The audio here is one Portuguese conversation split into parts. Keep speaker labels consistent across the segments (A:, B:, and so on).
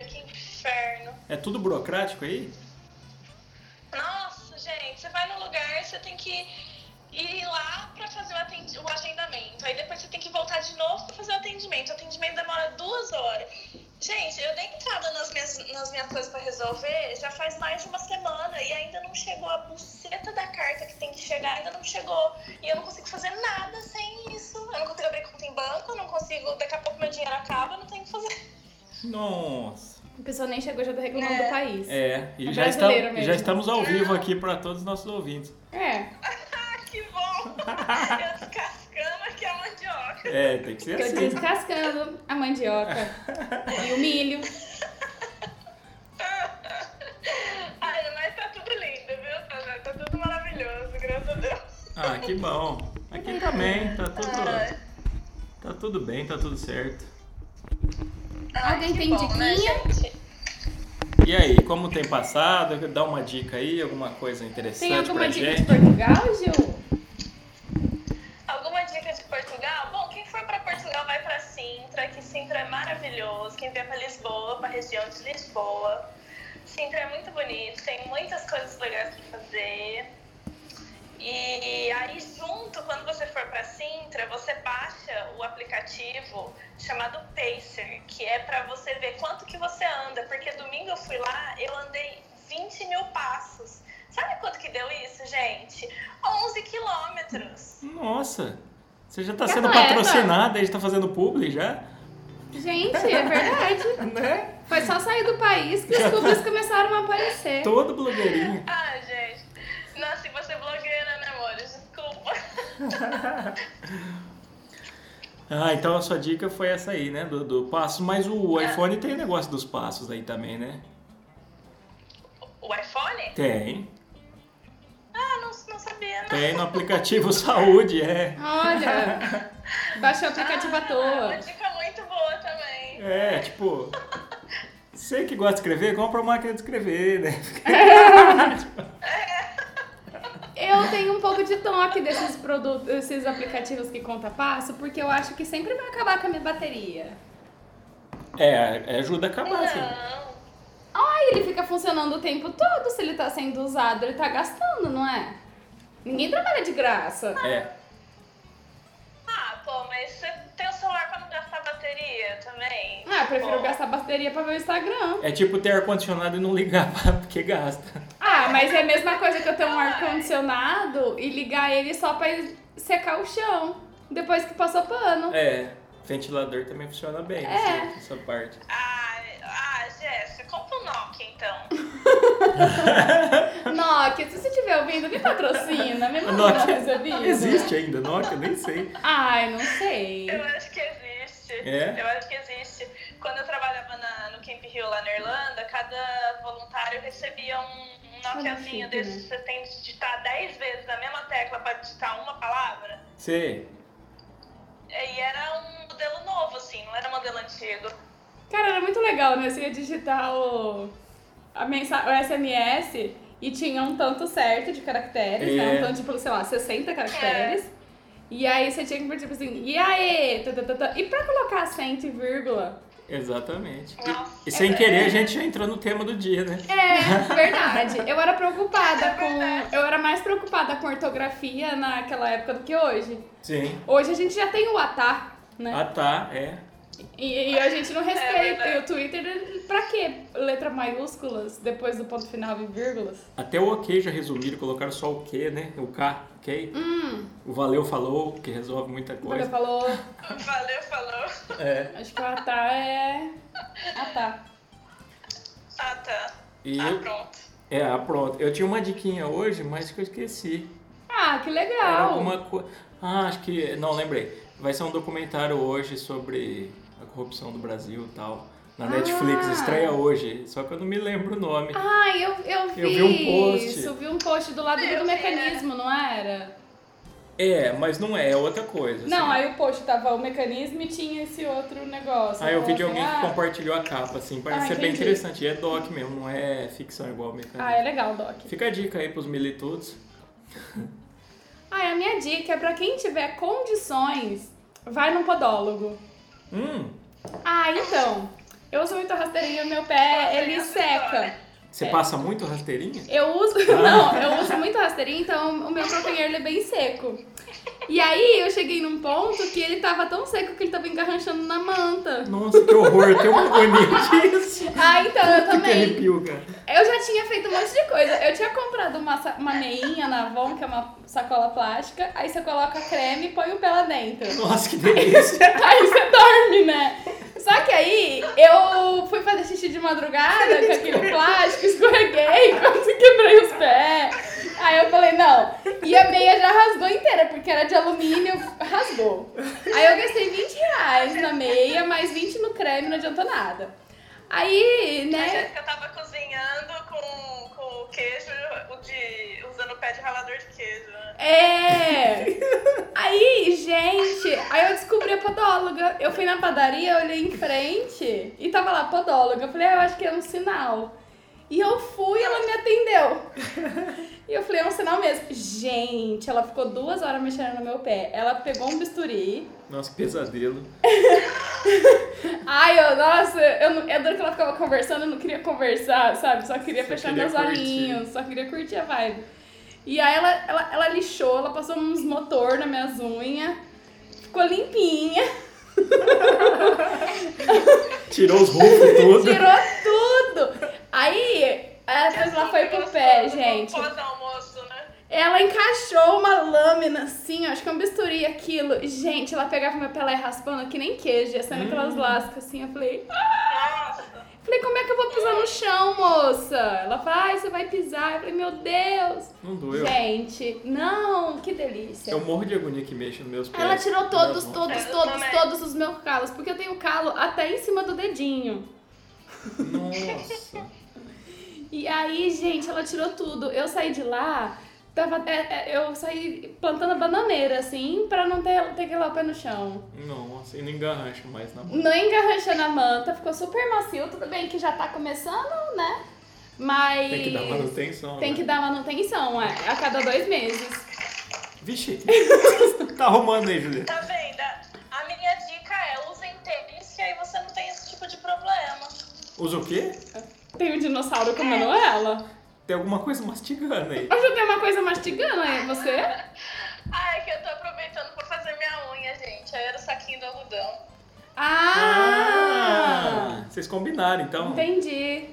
A: Que inferno.
B: É tudo burocrático aí?
A: Nossa, gente, você vai no lugar, você tem que ir lá pra fazer o, atend- o agendamento. Aí depois você tem que voltar de novo pra fazer o atendimento. O atendimento demora duas horas. Gente, eu dei entrada nas minhas, nas minhas coisas pra resolver já faz mais de uma semana e ainda não chegou a buceta da carta que tem que chegar, ainda não chegou. E eu não consigo fazer nada sem isso. Eu não consigo abrir conta em banco, eu não consigo. Daqui a pouco meu dinheiro acaba, eu não tenho o que fazer.
B: Nossa.
C: A pessoa nem chegou já tá reclamando
A: É.
C: do país.
B: É, e
C: É
B: já,
C: brasileiro
B: está-
C: mesmo.
B: já estamos ao vivo aqui para todos os nossos ouvintes.
C: É,
A: Ah, que bom! Eu descascando aqui a mandioca.
B: É, tem que ser
C: eu
B: assim.
C: descascando a mandioca e o milho.
A: Ai, mas tá tudo lindo, viu? Tá, tá tudo maravilhoso, graças a Deus.
B: Ah, que bom. Aqui também, tá tudo, tá tudo bem, tá tudo certo.
A: Ai,
C: Alguém
A: que
C: tem
A: bom, né,
C: diquinha?
A: gente?
B: E aí, como tem passado? Dá uma dica aí, alguma coisa interessante
C: Tem alguma
B: pra
C: dica de
B: gente?
C: Portugal, Gil?
A: Alguma dica de Portugal? Bom, quem for pra Portugal vai pra Sintra, que Sintra é maravilhoso. Quem vier pra Lisboa, pra região de Lisboa. Sintra é muito bonito, tem muitas coisas legais pra fazer. E aí, junto, quando você for pra Sintra, você baixa o aplicativo chamado Pacer, que é pra você ver quanto que você anda. Porque domingo eu fui lá, eu andei 20 mil passos. Sabe quanto que deu isso, gente? 11 quilômetros.
B: Nossa, você já tá sendo
C: Galera.
B: patrocinada, a gente tá fazendo publi já?
C: Gente, é verdade.
B: Né?
C: Foi só sair do país que os clubes
B: tá.
C: começaram a aparecer.
B: Todo blogueirinho.
A: Ah, gente. Nossa, e você é blogueira, né, amores? Desculpa.
B: Ah, então a sua dica foi essa aí, né? Do, do passo. Mas o iPhone tem negócio dos passos aí também, né?
A: O iPhone?
B: Tem.
A: Ah, não, não sabia, não.
B: Tem no aplicativo Saúde, é.
C: Olha, baixou o aplicativo à
A: Ah,
C: toa.
A: Uma dica muito boa também.
B: É, tipo. Você que gosta de escrever, compra uma máquina de escrever, né?
C: Eu tenho um pouco de toque desses produtos, desses aplicativos que conta passo, porque eu acho que sempre vai acabar com a minha bateria.
B: É, ajuda a acabar, assim.
A: Não.
C: Ai, ele fica funcionando o tempo todo se ele tá sendo usado, ele tá gastando, não é? Ninguém trabalha de graça.
B: É.
A: Ah, pô, mas você tem o celular pra não gastar bateria também?
C: Ah, eu prefiro
A: Pô.
C: gastar bateria pra ver o Instagram.
B: É tipo ter ar-condicionado e não ligar pra- porque gasta.
C: Ah, mas é a mesma coisa que eu ter um ar-condicionado e ligar ele só pra secar o chão. Depois que passou pano.
B: É. Ventilador também funciona bem, né,
C: É.
B: essa, essa parte.
A: Ah, ah, Jéssica, compra um Nokia então.
C: Nokia, se você estiver ouvindo, me patrocina. Me manda uma
B: É. Nokia
C: coisa, viu?
B: existe ainda, Nokia, nem sei.
C: Ai, não sei.
A: Eu acho que existe.
B: É?
A: Eu acho que existe. Quando eu trabalhava na- no Camp Hill lá na Irlanda, cada voluntário recebia um, um Nokiazinho
C: chique, né?
A: desse. Você tem que digitar 10 vezes a mesma tecla pra digitar uma palavra.
B: Sei.
A: E era um modelo novo, assim, não era modelo antigo.
C: Cara, era muito legal, né? Você ia digitar o, a mensa... o SMS e tinha um tanto certo de caracteres, né?
B: É.
C: Um tanto, tipo, sei lá, 60 caracteres. E aí você tinha que, pôr, tipo assim, e aí? Tá, tá, tá, tá. E pra colocar acento e vírgula?
B: Exatamente. E-
A: Nossa.
B: E, sem querer a gente já entrou no tema do dia, né?
C: É, verdade. Eu era preocupada
A: É
C: com.
A: verdade.
C: Eu era mais preocupada com ortografia naquela época do que hoje.
B: Sim.
C: Hoje a gente já tem o ATAR, né?
B: Ah tá, é.
C: E, e a gente não respeita.
A: verdade.
C: e o Twitter, pra quê? Letra maiúsculas, depois do ponto final e vírgulas?
B: Até o ok já resumiram, colocaram só o que, né? O K, ok?
C: Hum.
B: O valeu falou, que resolve muita
C: Quando
B: coisa.
C: falou,
A: Valeu, falou.
B: É.
C: acho que o ATAR é. ATAR.
A: Ah, tá.
B: E
A: Ah,
B: eu-
A: pronto.
B: É, ah, pronto. Eu tinha uma diquinha hoje, mas que eu esqueci.
C: Ah, que
B: Era
C: legal!
B: alguma coisa. Ah, acho que. Não, lembrei. Vai ser um documentário hoje sobre a corrupção do Brasil e tal. na Netflix,
C: Ah.
B: estreia hoje, só que eu não me lembro o nome.
C: Ah, eu, eu vi,
B: Eu vi um post.
C: isso, eu vi um post do lado
A: Eu
C: do
A: vi,
C: mecanismo, não era?
B: É, mas não é, é outra coisa.
C: Não,
B: assim.
C: aí o post tava o mecanismo e tinha esse outro negócio.
B: Aí eu vi de
C: falei
B: alguém
C: assim,
B: que
C: ah,
B: compartilhou a capa, assim, parece
C: Ah,
B: ser bem
C: entendi.
B: interessante. E é doc mesmo, não é ficção igual mecanismo.
C: Ah, é legal, Doc.
B: Fica a dica aí pros militudos.
C: Ah, e a minha dica é pra quem tiver condições, vai num podólogo.
B: Hum,
C: Ah, então, eu uso muito rasteirinha, meu pé, ele
A: essa
C: seca.
A: história.
B: você
C: É.
B: passa muito rasteirinha?
C: Eu uso, não, eu uso muito rasteirinha, então o meu calcanhar ele é bem seco. E aí eu cheguei num ponto que ele tava tão seco que ele tava engarranchando na manta.
B: Nossa, que horror, tem uma agonia disso.
C: Ah, então eu
B: Que
C: também.
B: arrepio, cara.
C: Eu já tinha feito um monte de coisa. Eu tinha comprado uma, sa- uma meinha na Avon, que é uma sacola plástica. Aí você coloca creme e põe o pé lá dentro.
B: Nossa, que delícia.
C: Aí você dorme, né? Só que aí eu fui fazer xixi de madrugada com aquele plástico, escorreguei, quase quebrei os pés. Aí eu falei, não. E a meia já rasgou inteira, porque era de alumínio, rasgou. Aí eu gastei 20 reais na meia, mais 20 no creme, não adiantou nada. Aí,
A: A
C: né?
A: Jéssica tava cozinhando com, com o queijo, o de, usando o pé de ralador de queijo. né?
C: É! Aí, gente, aí eu descobri a podóloga. Eu fui na padaria, eu olhei em frente e tava lá, podóloga. Eu falei, ah, eu acho que é um sinal. E eu fui e ela me atendeu. E eu falei, é um sinal mesmo. Gente, ela ficou duas horas mexendo no meu pé. Ela pegou um bisturi.
B: Nossa, que pesadelo.
C: Ai, eu, nossa, eu, não- é duro que ela ficava conversando, eu não queria conversar, sabe? Só queria
B: Só
C: fechar
B: queria
C: meus
B: curtir.
C: olhinhos, só queria curtir a vibe. E aí ela, ela, ela lixou, ela passou uns motor nas minhas unhas, ficou limpinha,
B: Tirou os rufos tudo.
C: tirou tudo. Aí, aí depois ela foi pro pé,
A: Gostoso,
C: gente.
A: Pós almoço, né?
C: Ela encaixou uma lâmina assim, ó, acho que é um bisturi aquilo. Gente, ela pegava meu pé lá e raspando que nem queijo, ia saindo
B: Hum.
C: aquelas lascas assim. Eu falei, Ah,
A: Nossa.
C: Falei, como é que eu vou pisar no chão, moça? Ela fala, ai, você vai pisar. Eu falei, meu Deus.
B: Não doeu.
C: Gente, não, que delícia.
B: Eu morro de agonia que mexe nos meus pés.
C: Ela tirou todos,
B: Não,
C: todos,
A: É, Eu
C: todos,
A: também.
C: todos os meus calos, porque eu tenho calo até em cima do dedinho.
B: Nossa.
C: E aí, gente, ela tirou tudo. Eu saí de lá, tava até, é, eu saí plantando a bananeira, assim, pra não ter, ter que ir lá o pé no chão.
B: Nossa, e não engarrancho mais na mão.
C: Não engarranchando a manta, ficou super macio. Tudo bem que já tá começando, né? Mas...
B: Tem que dar manutenção.
C: Tem
B: né?
C: que dar manutenção é, a cada dois meses.
B: Vixe. tá arrumando aí, Julieta.
A: Tá vendo? A minha dica é usem tênis, que aí você não tem esse tipo de problema.
B: Usa o quê?
C: Tem um dinossauro com a Manuela.
B: Tem alguma coisa mastigando aí.
C: Eu joguei uma coisa mastigando aí, você?
A: Ah, é que eu tô aproveitando pra fazer minha unha, gente. Aí era o saquinho do algodão.
C: Ah!
B: Vocês combinaram, então.
C: Entendi.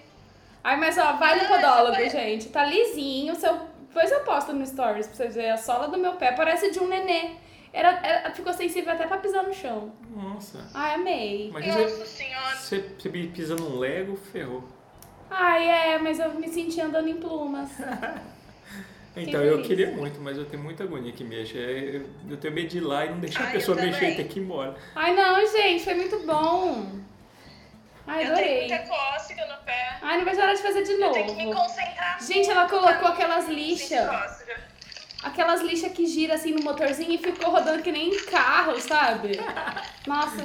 C: Ai, mas ó, vai no podólogo, gente. Tá lisinho. Seu... Depois eu posto no stories pra vocês verem. A sola do meu pé parece de um nenê. Era, era- ficou sensível até pra pisar no chão.
B: Nossa.
C: Ai, amei.
B: Mas
A: Nossa senhora.
B: você, você pisa num Lego, ferrou.
C: Ai, é, mas eu me senti andando em plumas.
B: Então, eu
C: feliz.
B: queria muito, mas eu tenho muita agonia que mexe. É, Eu, eu tenho medo de ir lá e não deixar
A: Ah,
B: a
A: eu
B: pessoa mexer
A: também.
B: e ter que ir embora.
C: Ai, não, gente, foi muito bom. Ai,
A: Eu tenho
C: adorei.
A: muita cócega no pé.
C: Ai, não vai ser hora de fazer de
A: Eu tenho que me
C: novo.
A: concentrar.
C: Gente, ela colocou aquelas
A: Gente,
C: lixas.
A: cócega.
C: Aquelas lixas que gira assim no motorzinho e ficou rodando que nem carro, sabe? Nossa.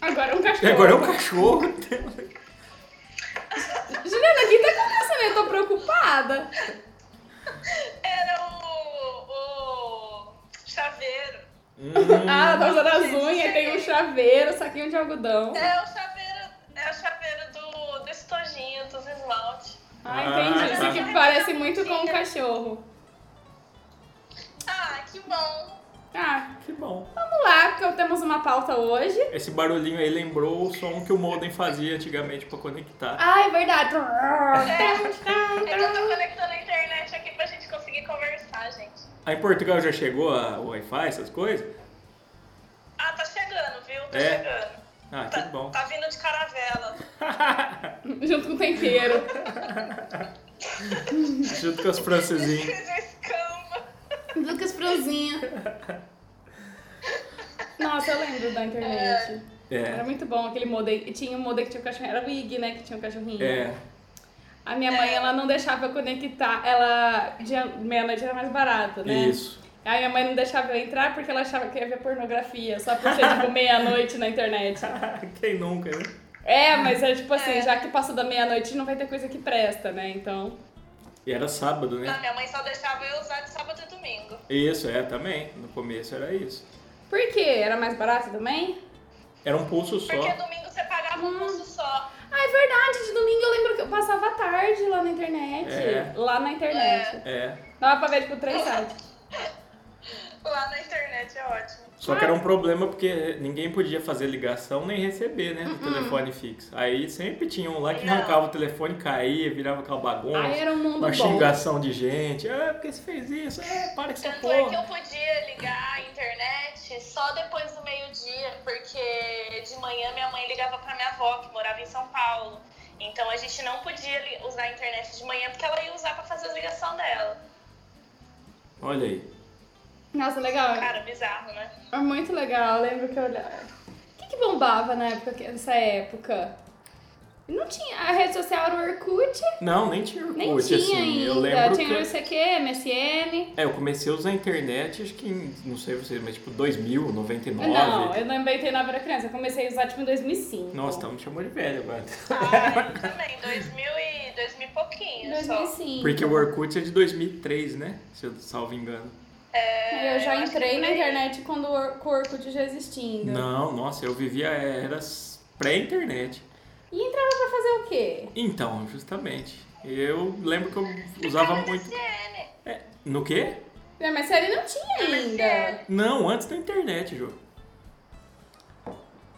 C: Agora é um
B: E
C: cachorro.
B: agora é um cachorro. um-
C: Juliana, o que tá acontecendo? Eu tô preocupada.
A: Era o, o chaveiro.
B: Hum,
C: Ah, tá usando as unhas, tem um chaveiro, saquinho de algodão.
A: É o chaveiro, é o chaveiro do, do estojinho, dos esmalte.
C: Ah, entendi.
B: Ah,
C: Isso
B: tá.
C: aqui parece muito com um cachorro.
A: Ah, que bom.
C: Ah,
B: que bom.
C: vamos lá, porque temos uma pauta hoje.
B: Esse barulhinho aí lembrou o som que o modem fazia antigamente pra conectar.
C: Ah, é verdade.
A: É que eu tô conectando a internet aqui pra gente conseguir conversar, gente.
B: Aí em Portugal já chegou a o Wi-Fi, essas coisas?
A: Ah, tá chegando, viu? Tá
B: É?
A: chegando.
B: Ah,
A: Tá,
B: que bom.
A: tá vindo de caravela.
C: Junto com o tempero.
B: Junto com os francesinhos.
A: Fiz um escama.
C: Lucas Prozinha. Nossa, eu lembro da internet. Era
B: É.
C: muito bom aquele modem. E tinha um modem que tinha um cachorrinho. Era o Ig, né? Que tinha um cachorrinho.
B: É.
C: A minha mãe, ela não deixava eu conectar. Ela. dia- Meia-noite era mais barato, né?
B: Isso.
C: Aí minha mãe não deixava eu entrar porque ela achava que eu ia ver pornografia, só por ser tipo meia-noite na internet.
B: Quem nunca, né?
C: É, mas é tipo assim, já que passou da meia-noite não vai ter coisa que presta, né? Então.
B: E era sábado,
A: Não,
B: né?
A: Ah, minha mãe só deixava eu usar de sábado e domingo.
B: Isso, é, também. No começo era isso.
C: Por quê? Era mais barato também?
B: Era um pulso só.
A: Porque domingo você pagava um curso só.
C: Ah, é verdade, de domingo eu lembro que eu passava a tarde lá na internet.
B: É.
C: Lá na internet.
B: É.
C: Dava pra ver, tipo, três sites.
A: Lá na internet é ótimo.
B: Só que era um problema porque ninguém podia fazer ligação nem receber, né? Do
C: Uhum.
B: telefone fixo. Aí sempre tinha um lá que
A: Não.
B: arrancava o telefone, caía, virava aquela bagunça.
C: Aí era um mundo
B: uma
C: bom.
B: xingação de gente. Ah, porque você fez isso? É, para com essa
A: Tanto é que eu
B: porra.
A: podia ligar a internet só depois do meio-dia, porque de manhã minha mãe ligava pra minha avó, que morava em São Paulo. Então a gente não podia li- usar a internet de manhã, porque ela ia usar pra fazer a ligação dela.
B: Olha aí.
C: Nossa, legal.
A: Cara, bizarro, né?
C: É muito legal, eu lembro que eu olhava. O que, que bombava na época, que- nessa época? Não tinha. A rede social era o Orkut?
B: Não, nem tinha Orkut,
C: Nem
B: assim.
C: tinha
B: Eu
C: ainda.
B: lembro
C: Tinha um
B: que...
C: o ICQ, MSN.
B: É, eu comecei a usar a internet, acho que em, não sei vocês, mas tipo 2000, 99.
C: Não, eu não inventei na era criança. Eu comecei a usar tipo em 2005.
B: Nossa, tá me chamando de velho agora.
A: Ah, eu também, 2000 e, 2000 e pouquinho só.
C: 2005.
B: Porque o Orkut é de 2003, né? Se eu salvo engano.
C: Eu já
A: É, eu acho que
C: entrei
A: por
C: na
A: aí.
C: internet quando o Or- com o Orkut já existindo.
B: Não, nossa, eu vivia era s- pré-internet.
C: E entrava pra fazer o quê?
B: Então, justamente. Eu lembro que eu usava muito.
A: MSN.
B: É, no quê?
C: Não, mas série não tinha
A: é.
C: ainda.
B: Não, antes da internet, Jô.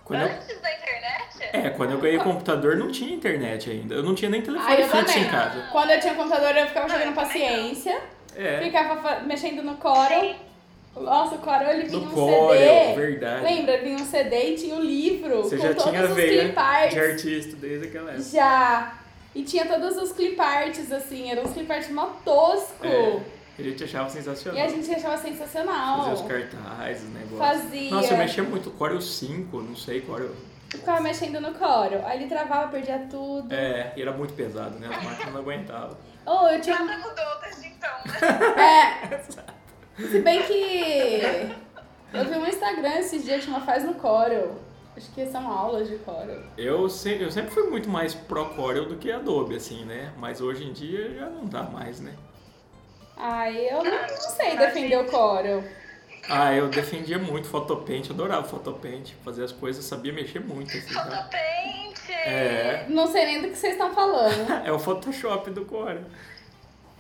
B: Quando eu-
A: Antes da internet?
B: É, quando eu ganhei computador não tinha internet ainda. Eu não tinha nem telefone
C: Aí eu
B: fixo em
C: também.
B: casa.
C: Quando eu tinha computador, eu ficava jogando
A: Ah, eu também não.
C: paciência.
B: É.
C: Ficava fa- mexendo no Corel. Nossa, o Corel ele vinha
B: No
C: um
B: Corel,
C: CD.
B: verdade.
C: Lembra? Vinha um CD e tinha o livro
B: Você
C: com
B: já
C: todos
B: tinha né?
C: os
B: veia
C: clip arts.
B: de artista desde aquela época.
C: Já. E tinha todos os clip arts, assim. Era um clip art mó tosco.
B: É, a gente achava
C: E a
B: sensacional.
C: gente achava sensacional.
B: Fazia os cartazes, os negócios.
C: Fazia.
B: Nossa, eu mexia muito. Corel 5, não sei, Corel.
C: Ficava mexendo no Corel. Aí ele travava, perdia tudo.
B: É, e era muito pesado, né? As máquinas não aguentavam.
C: Oh, eu tinha
A: Nada mudou desde então, né?
C: É. Se bem que eu vi um Instagram esses dias que uma faz no Corel. Acho que são aulas de Corel.
B: Eu, se- eu sempre fui muito mais pro Corel do que Adobe, assim, né? Mas hoje em dia já não dá mais, né?
C: Ai, eu não, não sei defender o Corel.
B: Ah, eu defendia muito Photopaint, adorava Photopaint. Fazia as coisas, sabia mexer muito, assim, tá?
A: Fotopente!
B: É.
C: Não sei nem do que vocês estão falando.
B: É o Photoshop do Corel.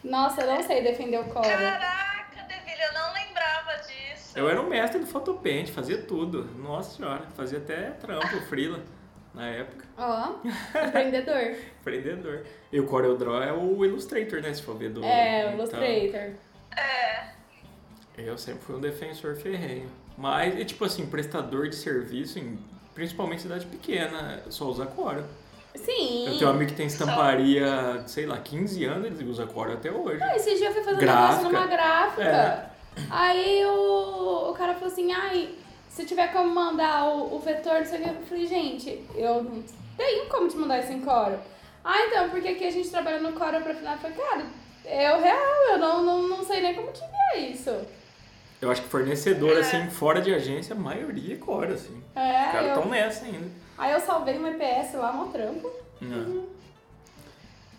C: Nossa, eu não sei defender o Corel.
A: Caraca, Deville, eu não lembrava disso.
B: Eu era o mestre do Photopaint, fazia tudo. Nossa senhora, fazia até trampo, frila, na época.
C: Ó, empreendedor.
B: Empreendedor. E o Corel Draw é o Illustrator, né? Se for ver do...
C: É, o
B: então,
C: Illustrator.
A: É.
B: Eu sempre fui um defensor ferrenho. Mas, e tipo assim, prestador de serviço, em, principalmente em cidade pequena, só usa Corel. Eu
C: Sim.
B: tenho um amigo que tem estamparia, sei lá, 15 anos, ele usa Corel até hoje.
C: Ah, Esse dia eu fui fazer um
B: Gráfica.
C: negócio numa gráfica.
B: É.
C: Aí o, o cara falou assim, ai, se tiver como mandar o, o vetor, não sei o que. Eu falei, gente, eu não tenho como te mandar isso em Corel. Ah, então, porque aqui a gente trabalha no Corel pra final. Eu falei, cara, é o real, eu não, não, não sei nem como te enviar isso. É,
B: Eu acho que fornecedor, assim, fora de agência, a maioria é Corel, assim. Os
C: É,
B: caras
C: eu,
B: estão nessa ainda.
C: aí eu salvei um EPS lá, mó trampo.
B: Né?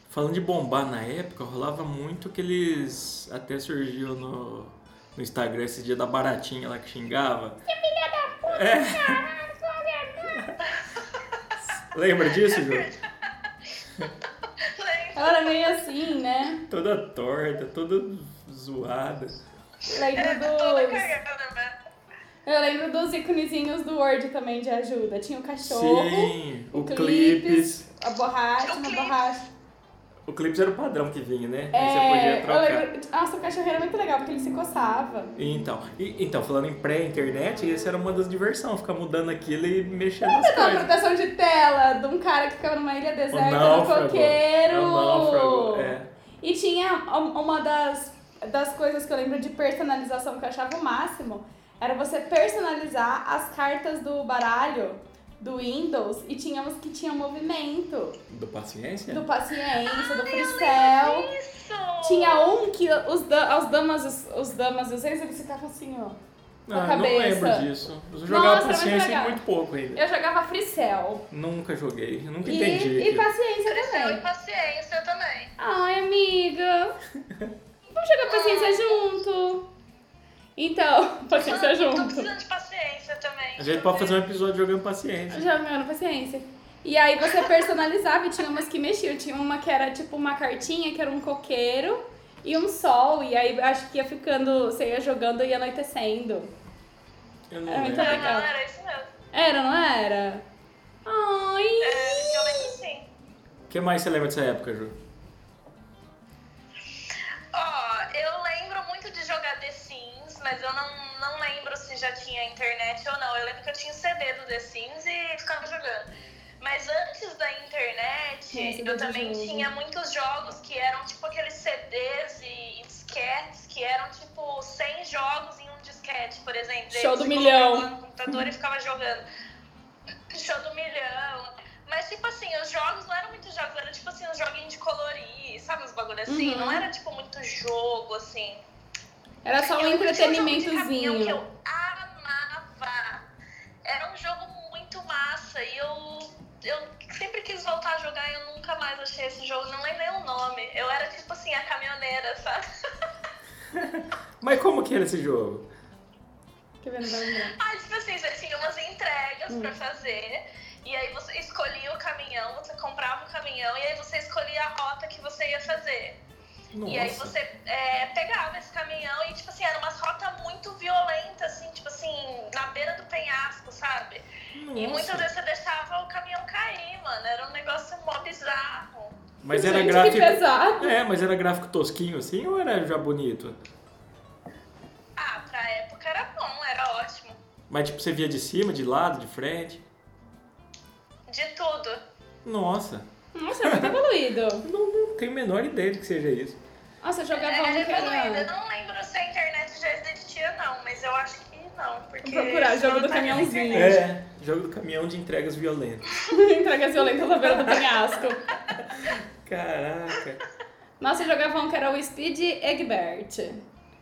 B: Falando de bombar na época, rolava muito aqueles. Até surgiu no, no Instagram esse dia da baratinha lá que xingava. Que filha da puta, É, Lembra disso, Ju?
A: Lembro.
C: Ela era meio assim, né?
B: Toda torta, toda zoada.
C: Lembro
A: Toda
C: dos...
A: cagada, né?
C: Eu lembro dos iconezinhos do Word também de ajuda. Tinha o cachorro.
B: Sim, o,
C: o
B: clipes.
C: A borracha,
A: O
C: uma
A: clipe.
C: borracha.
B: O clipes era o padrão que vinha, né? Aí você
C: É,
B: podia
C: eu
B: trocar.
C: lembro. Nossa, o cachorro era muito legal, porque ele se coçava.
B: Então, e- então, falando em pré-internet, essa era uma das diversões, ficar mudando aquilo e mexendo nas
C: Você tá uma
B: coisas.
C: proteção de tela de um cara que ficava numa ilha
B: O
C: deserta, no
B: náufrago.
C: coqueiro.
B: É o náufrago, é.
C: E tinha um- uma das, das coisas que eu lembro de personalização que eu achava o máximo. Era você personalizar as cartas do baralho do Windows e tinha umas que tinham movimento.
B: Do paciência?
C: Do Paciência, do Freestyle.
A: Isso!
C: Tinha um que os, da- as damas, os, os damas, às vezes eles ficavam assim, ó.
B: Ah,
C: da
B: não
C: cabeça.
B: lembro disso. Eu jogava
C: Nossa, era muito
B: paciência
C: legal.
B: muito pouco ainda.
C: Eu jogava Freestyle.
B: Nunca joguei, eu nunca
C: E,
B: entendi.
C: e
B: aquilo.
C: paciência
A: Pressão e
C: também.
A: paciência também.
C: Ai, amiga. Vamos jogar paciência junto. Então, paciência
A: Tô
C: junto.
A: precisando de paciência também.
B: A gente pode fazer um episódio jogando paciência.
C: Jogando paciência. E aí você personalizava e tinha umas que mexiam. Tinha uma que era tipo uma cartinha, que era um coqueiro e um sol. E aí acho que ia ficando, você ia jogando e ia anoitecendo.
B: Eu não
C: Era É muito
B: lembro.
A: Não,
C: legal.
A: não, era isso mesmo.
C: Era, não era? Ai!
A: É, eu lembro sim.
B: O que mais você lembra dessa época, Ju?
A: Ó, eu lembro muito de jogar The Sims, mas eu não, não lembro se já tinha internet ou não. Eu lembro que eu tinha o CD do The Sims e ficava jogando. Mas antes da
C: Sim,
A: internet,
C: CD
A: eu
C: de
A: também
C: jogo.
A: tinha muitos jogos que eram tipo aqueles CDs e disquetes que eram tipo 100 jogos em um disquete, por exemplo.
C: Show
A: Você
C: do milhão.
A: colocava No computador e ficava jogando. Show do milhão. Mas, tipo assim, os jogos não eram muito jogos, era tipo assim, um joguinho de colorir, sabe? Uns bagulho assim.
C: Uhum.
A: Não era tipo muito jogo, assim.
C: Era só um
A: Eu lembro de jogo de caminhão Que
C: entretenimentozinho.
A: eu amava. Era um jogo muito massa e eu, eu sempre quis voltar a jogar e eu nunca mais achei esse jogo, não lembro nem o nome. Eu era tipo assim, a caminhoneira, sabe?
B: Mas como que era esse jogo?
C: Quer ver, não vai lembrar.
A: Ah, tipo assim, você tinha umas entregas
B: Hum.
A: pra fazer. E aí você escolhia o caminhão, você comprava o caminhão e aí você escolhia a rota que você ia fazer.
B: Nossa.
A: E aí você é, pegava esse caminhão e, tipo assim, era umas rotas muito violentas, assim, tipo assim, na beira do penhasco, sabe? E muitas
B: Nossa.
A: vezes você deixava o caminhão cair, mano. Era um negócio mó bizarro.
B: Mas era
C: Gente, que
B: gráfico.
C: pesado.
B: É, mas era gráfico tosquinho assim ou era já bonito?
A: Ah, pra época era bom, era ótimo.
B: Mas tipo, você via de cima, de lado, de frente.
A: De tudo.
B: Nossa,
C: Nossa, era muito evoluído.
B: eu não, não tenho a menor ideia do que seja isso.
C: Nossa, eu
A: É,
C: jogava um que
A: evoluído. Eu
C: era.
A: não lembro se a internet já existia, não, mas eu acho que não. Porque
C: Vou procurar,
A: isso
C: jogo
A: não
C: do
A: tá na
C: caminhãozinho.
A: internet.
B: É, jogo do caminhão de entregas violentas.
C: Entregas violentas na beira do penhasco.
B: Caraca.
C: Nossa, eu jogava um que era o Speed Egbert.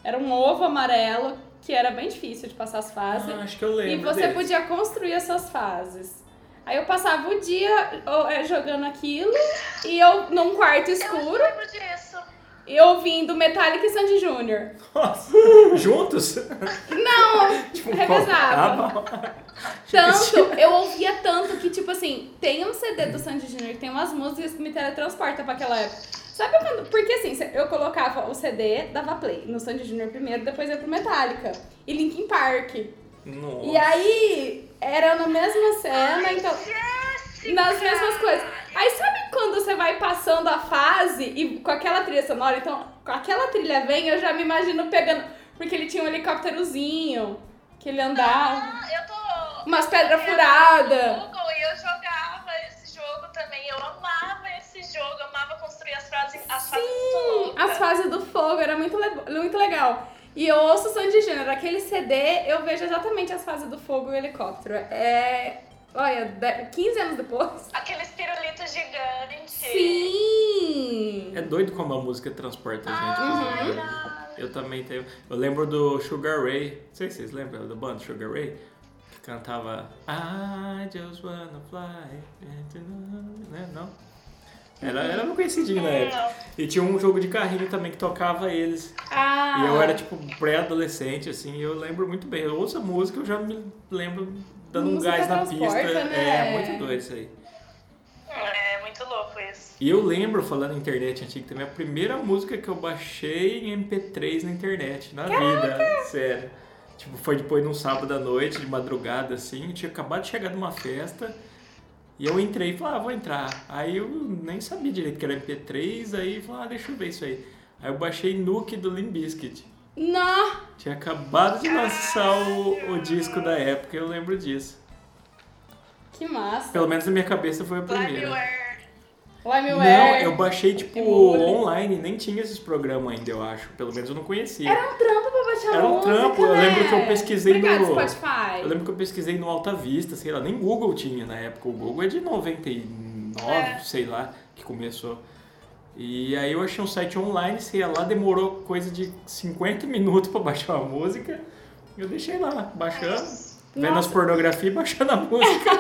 C: Era um ovo amarelo que era bem difícil de passar as fases.
B: Ah, acho que eu lembro.
C: e você
B: desse.
C: podia construir as suas fases. Aí eu passava o dia ó, é, jogando aquilo e eu num quarto
A: Eu
C: escuro
A: lembro disso.
C: e ouvindo Metallica e Sandy Júnior.
B: Nossa, juntos?
C: É Não,
B: Tipo,
C: revezava.
B: qual- Ah,
C: Tanto, eu ouvia tanto que, tipo assim, tem um CD do Sandy Júnior que tem umas músicas que me teletransporta pra aquela época. Sabe quando. Porque assim, cê- eu colocava o CD, dava play no Sandy Júnior primeiro, depois ia pro Metallica. E Linkin Park.
B: Nossa.
C: E aí, era na mesma cena, então.
A: Jéssica!
C: Nas mesmas coisas. Aí sabe quando você vai passando a fase e com aquela trilha sonora, então, com aquela trilha vem, eu já me imagino pegando. Porque ele tinha um helicópterozinho que ele andava.
A: Ah, eu tô.
C: Umas pedras
A: Eu
C: furadas.
A: tava no Google e eu jogava esse jogo também. Eu amava esse jogo, eu amava construir as frases. As frases muito
C: Sim,
A: loucas.
C: as fases do fogo era muito, le- muito legal. E eu ouço Sandy Júnior, aquele CD, eu vejo exatamente as fases do fogo e o helicóptero. É. Olha, de- 15 anos depois.
A: Aqueles pirulitos gigantes.
C: Sim!
B: É doido como a música transporta a gente.
C: Ah, é
A: Ai,
B: pros lugares.
A: cara.
B: Eu também tenho. Eu lembro do Sugar Ray. Não sei se vocês lembram do bando Sugar Ray. Que cantava I just wanna fly. Né? Não? Era, era uma conhecidinha na
C: É.
B: época. E tinha um jogo de carrinho também que tocava eles.
C: Ah!
B: E eu era tipo pré-adolescente, assim, e eu lembro muito bem. Eu ouço a música, eu já me lembro dando um
C: Música
B: gás na pista.
C: transporta,
B: É,
C: né?
B: muito doido isso aí.
A: É muito louco isso.
B: E eu lembro, falando em internet antiga também, a primeira música que eu baixei em MP3 na internet, na vida, sério. Tipo, foi depois num sábado à noite, de madrugada, assim, eu tinha acabado de chegar de uma festa, e eu entrei e falei, ah, vou entrar. Aí eu nem sabia direito que era MP3, aí eu falei, ah, deixa eu ver isso aí. Aí eu baixei Nuke do Limp Bizkit.
C: Nó!
B: Tinha acabado de lançar o, o disco da época, eu lembro disso.
C: Que massa!
B: Pelo menos na minha cabeça foi a primeira.
A: Liveware.
C: Limeware!
B: Não, eu baixei tipo
C: Emule.
B: online, nem tinha esses programas ainda, eu acho. Pelo menos eu não conhecia.
C: Era um trampo pra baixa
B: Era um
C: música,
B: trampo, eu
C: né?
B: lembro que eu pesquisei
C: Obrigada,
B: no-
C: Spotify.
B: Eu lembro que eu pesquisei no Alta Vista, sei lá, nem Google tinha na época. O Google é de 99,
A: É.
B: sei lá, que começou. E aí eu achei um site online, sei lá, demorou coisa de 50 minutos pra baixar a música. Eu deixei lá, baixando, vendo as
C: Nossa.
B: pornografias e baixando a música.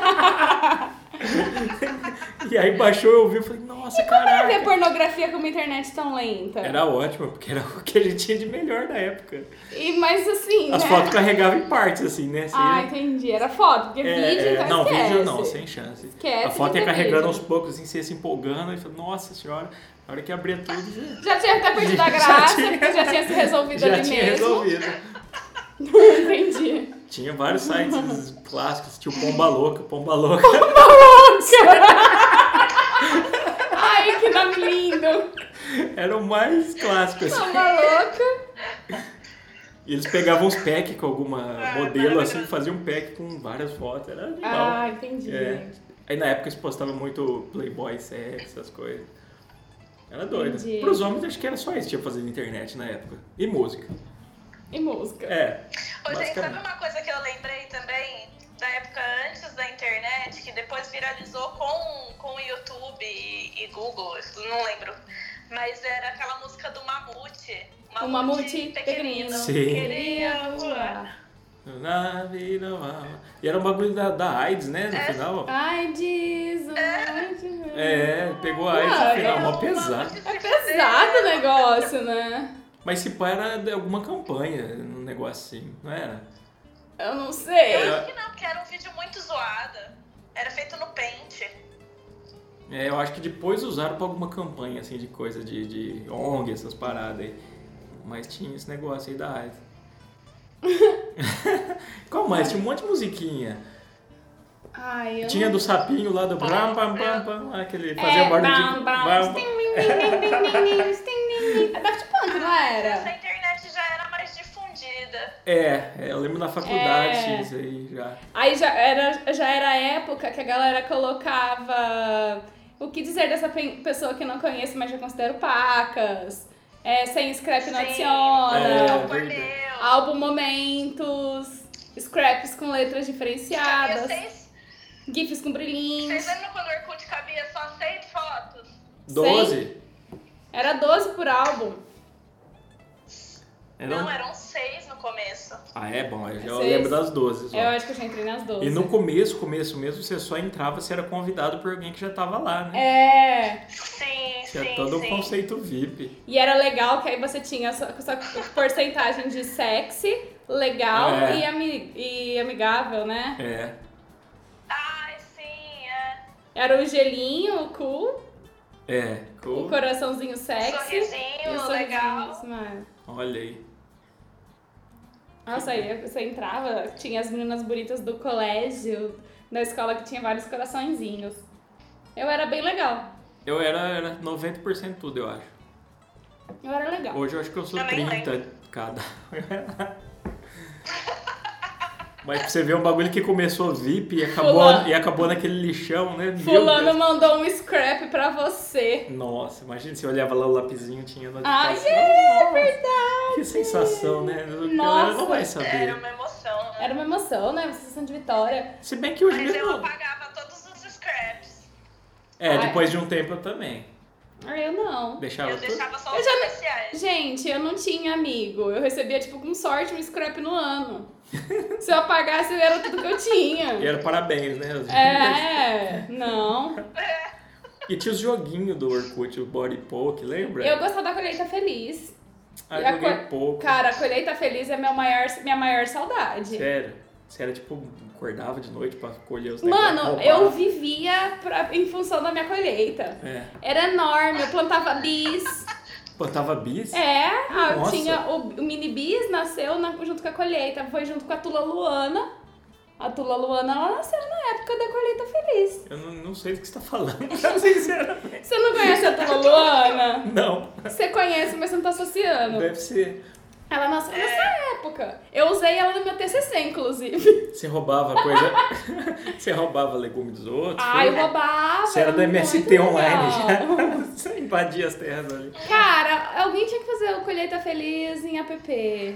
B: e aí baixou, eu ouvi e falei, nossa,
C: Como é ver
B: caraca.
C: pornografia com uma internet tão lenta?
B: Era ótimo, porque era o que a gente tinha de melhor na época.
C: E, mas assim,
B: As
C: né?
B: fotos carregavam em partes, assim, né? Você
C: Ah,
B: ia-
C: entendi. Era foto, porque
B: É,
C: vídeo,
B: é,
C: então
B: não,
C: esquece.
B: vídeo não, sem chance.
C: Esquece
B: a foto
C: de
B: ia
C: ter
B: carregando
C: vídeo.
B: aos poucos, assim, você ia se empolgando e falando, nossa senhora, na hora que abria tudo já,
C: Já tinha até perdido
B: Já
C: a graça,
B: tinha-
C: porque já tinha se resolvido
B: já
C: ali
B: tinha
C: mesmo.
B: resolvido.
C: entendi.
B: Tinha vários sites clássicos, tinha o Pomba Louca, Pomba Louca.
C: Ai, que nome lindo.
B: Era o mais clássico, assim.
C: Toma louca.
B: E eles pegavam uns packs com alguma
A: Ah,
B: modelo, assim,
A: maravilhoso.
B: faziam um pack com várias fotos, era legal.
C: Ah, entendi.
B: É. Aí na época eles postavam muito Playboy, sexo, essas coisas. Era doido.
C: Entendi.
B: Pros homens acho que era só isso que tinha fazer na internet na época. E música.
C: E música.
B: É.
A: Ô, gente, sabe
B: basicamente.
A: uma coisa que eu lembrei também da época antes da internet, que depois viralizou com, com o YouTube e, e Google, isso não lembro. Mas era aquela música do Mamute.
C: O Mamute Pequenino.
B: Sim.
A: Queria voar.
B: Na vida, mano. E era um bagulho da, da AIDS, né?
A: É.
B: No final.
C: Ai, diz o- ai, diz o-
B: É, pegou a
A: Ah,
B: AIDS
C: Mano,
B: no final, mó
A: O
B: pesado.
A: um Mamute se
C: É
A: fudeu.
C: pesado o negócio, né?
B: Mas se pá, era de alguma campanha, um negócio assim, não era?
C: Eu não sei.
A: Eu acho que não, porque era um vídeo muito zoado. Era feito no Paint.
B: É, eu acho que depois usaram pra alguma campanha, assim, de coisa de, de ONG, essas paradas aí. Mas tinha esse negócio aí da AIDS. Qual mais? Tinha um monte de musiquinha.
C: Ai, eu Ah,
B: Tinha do sapinho lá do pam pam pam pam, aquele fazia
C: é,
B: barulho
C: bam,
B: de
C: bam, sting, ling, ling, ling, ling, ling, sting, ling, ling. É Daft Punk, não
A: Essa
C: era?
A: internet já era mais difundida.
B: É, é, eu lembro na faculdade
C: É.
B: tinha isso aí já.
C: Aí já era, já era a época que a galera colocava... O que dizer dessa pe- pessoa que eu não conheço, mas já considero pacas. É, sem scrap não
A: Sim.
C: adiciona.
A: Não
B: É, verdade.
A: perdeu.
C: Álbum Momentos. Scraps com letras diferenciadas.
A: Vocês
C: GIFs com
A: vocês
C: brilhinhos.
A: lembram quando o Orkut cabia só seis fotos?
B: Doze?
C: Era 12 por álbum.
B: Era um-
A: Não, eram seis no começo.
B: Ah, é bom, eu já
C: é. Seis. É,
B: lembro das 12. só.
C: Eu acho que eu já entrei nas 12.
B: E no começo, começo mesmo, você só entrava se era convidado por alguém que já tava lá, né?
C: É,
A: Sim,
B: Tinha
A: sim,
B: todo
A: sim.
B: o conceito VIP.
C: e era legal que aí você tinha sua, sua porcentagem de sexy, legal
B: É.
C: e, ami- e amigável, né?
B: É.
A: Ai, sim, é.
C: Era o gelinho, o cu,
B: É.
C: o
B: Cool.
C: coraçãozinho sexy. e o
A: Sorrisinho, legal.
C: sorrisinho, isso, mano.
B: Olha aí.
C: Nossa, aí você entrava, tinha as meninas bonitas do colégio, da escola que tinha vários coraçõezinhos. Eu era bem legal.
B: Eu era, era 90% tudo, eu acho.
C: Eu era legal.
B: Hoje eu acho que eu sou
A: Eu nem
B: 30 cada. Mas pra você ver um bagulho que começou VIP e acabou,
C: Fulano.
B: e acabou naquele lixão, né? Meu
C: Fulano
B: Deus.
C: mandou um scrap pra você.
B: Nossa, imagina se eu olhava lá o lapizinho tinha
C: Ai,
B: notificação.
C: é verdade.
B: Que sensação, né? A galera não vai saber.
A: Era uma emoção, né?
C: Era uma emoção, né? Uma sensação de vitória.
B: Se bem que hoje
A: Mas eu
B: mesmo.
A: apagava todos os scraps.
B: É,
C: Ai.
B: depois de um tempo eu também.
C: Ah, Eu não.
B: Deixava
A: Eu
B: tudo.
A: deixava só
C: Eu
A: os
C: já-
A: especiais.
C: Gente, eu não tinha amigo. Eu recebia, tipo, com sorte, um scrap no ano. Se eu apagasse, era tudo que eu
B: E
C: tinha.
B: era parabéns, né? Os dias.
C: É, não.
B: E tinha os joguinhos do Orkut, o Body Poke, lembra?
C: Eu gostava da colheita feliz.
B: Ah,
C: eu
B: joguei
C: aco-
B: pouco.
C: Cara, a colheita feliz é meu maior, minha maior saudade.
B: Sério. Você era tipo, acordava de noite pra colher os
C: Mano,
B: negócios,
C: eu
B: roubava.
C: vivia pra- em função da minha colheita.
B: É.
C: Era enorme, eu plantava bis.
B: Plantava bis?
C: É, ah,
B: Nossa.
C: tinha o, o mini bis nasceu na- junto com a colheita, foi junto com a Tula Luana. A Tula Luana ela nasceu na época da colheita feliz.
B: Eu não, não sei do que você tá falando, sinceramente.
C: Você não conhece a Tula Luana?
B: Não,
C: Você conhece, mas você não tá associando.
B: deve ser.
C: Ela nasceu
B: É.
C: nessa época. Eu usei ela no meu TCC, inclusive.
B: Você roubava coisa. você roubava legume dos outros.
C: Ai,
B: foi?
C: eu roubava.
B: Você era do
C: muito
B: MST online
C: legal.
B: já. Você invadia as terras ali.
C: Cara, alguém tinha que fazer o colheita feliz em app.
B: É,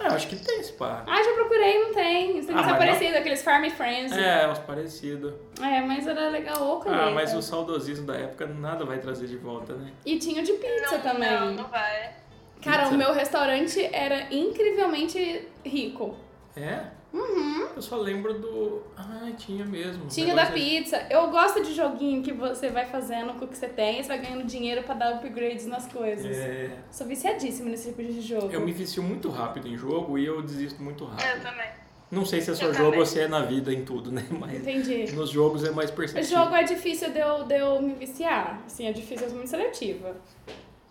B: eu acho que tem spa.
C: Ah, já procurei, não tem. Isso tem que
B: Ah,
C: ser
B: mas
C: parecido, aqueles Farm Friends. É.
B: É, uns parecidos.
C: mas era legal o colheita.
B: Ah, mas o saudosismo da época nada vai trazer de volta, né?
C: E tinha o de pizza
A: não,
C: também.
A: Não, não vai.
C: Cara,
B: Pizza.
C: o meu restaurante era incrivelmente rico.
B: É? Eu só lembro do. Ah, tinha mesmo.
C: Tinha da
B: Negócio é de-
C: pizza. Eu gosto de joguinho que você vai fazendo com o que você tem e você vai ganhando dinheiro pra dar upgrades nas coisas.
B: É,
C: Sou viciadíssima nesse tipo de jogo.
B: eu me vicio muito rápido em jogo e eu desisto muito
A: Eu
B: rápido.
A: também.
B: Não sei se é só
A: Eu
B: jogo
A: também.
B: ou se é na vida, em tudo, né? Mas
C: Entendi.
B: nos jogos é mais
C: O
B: perceptível.
C: jogo é difícil de eu, de eu me viciar. Assim, é difícil, eu sou muito seletiva.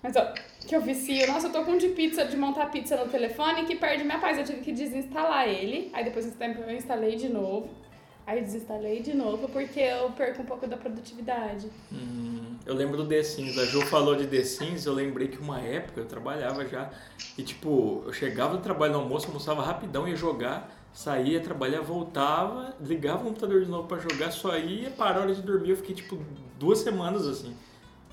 C: Mas ó, que eu vicio. Nossa, eu tô com um de pizza, de montar pizza no telefone que perde minha paz. Eu tive que desinstalar ele. Aí depois de um tempo eu instalei de novo. Aí eu desinstalei de novo porque eu perco um pouco da produtividade.
B: Hum, eu lembro do The Sims. A Jo falou de The Sims, eu lembrei que uma época eu trabalhava já. E tipo, eu chegava do trabalho no almoço, almoçava rapidão, ia jogar, saía, trabalhava, voltava, ligava o computador de novo pra jogar, só ia para a hora de dormir. Eu fiquei tipo duas semanas assim.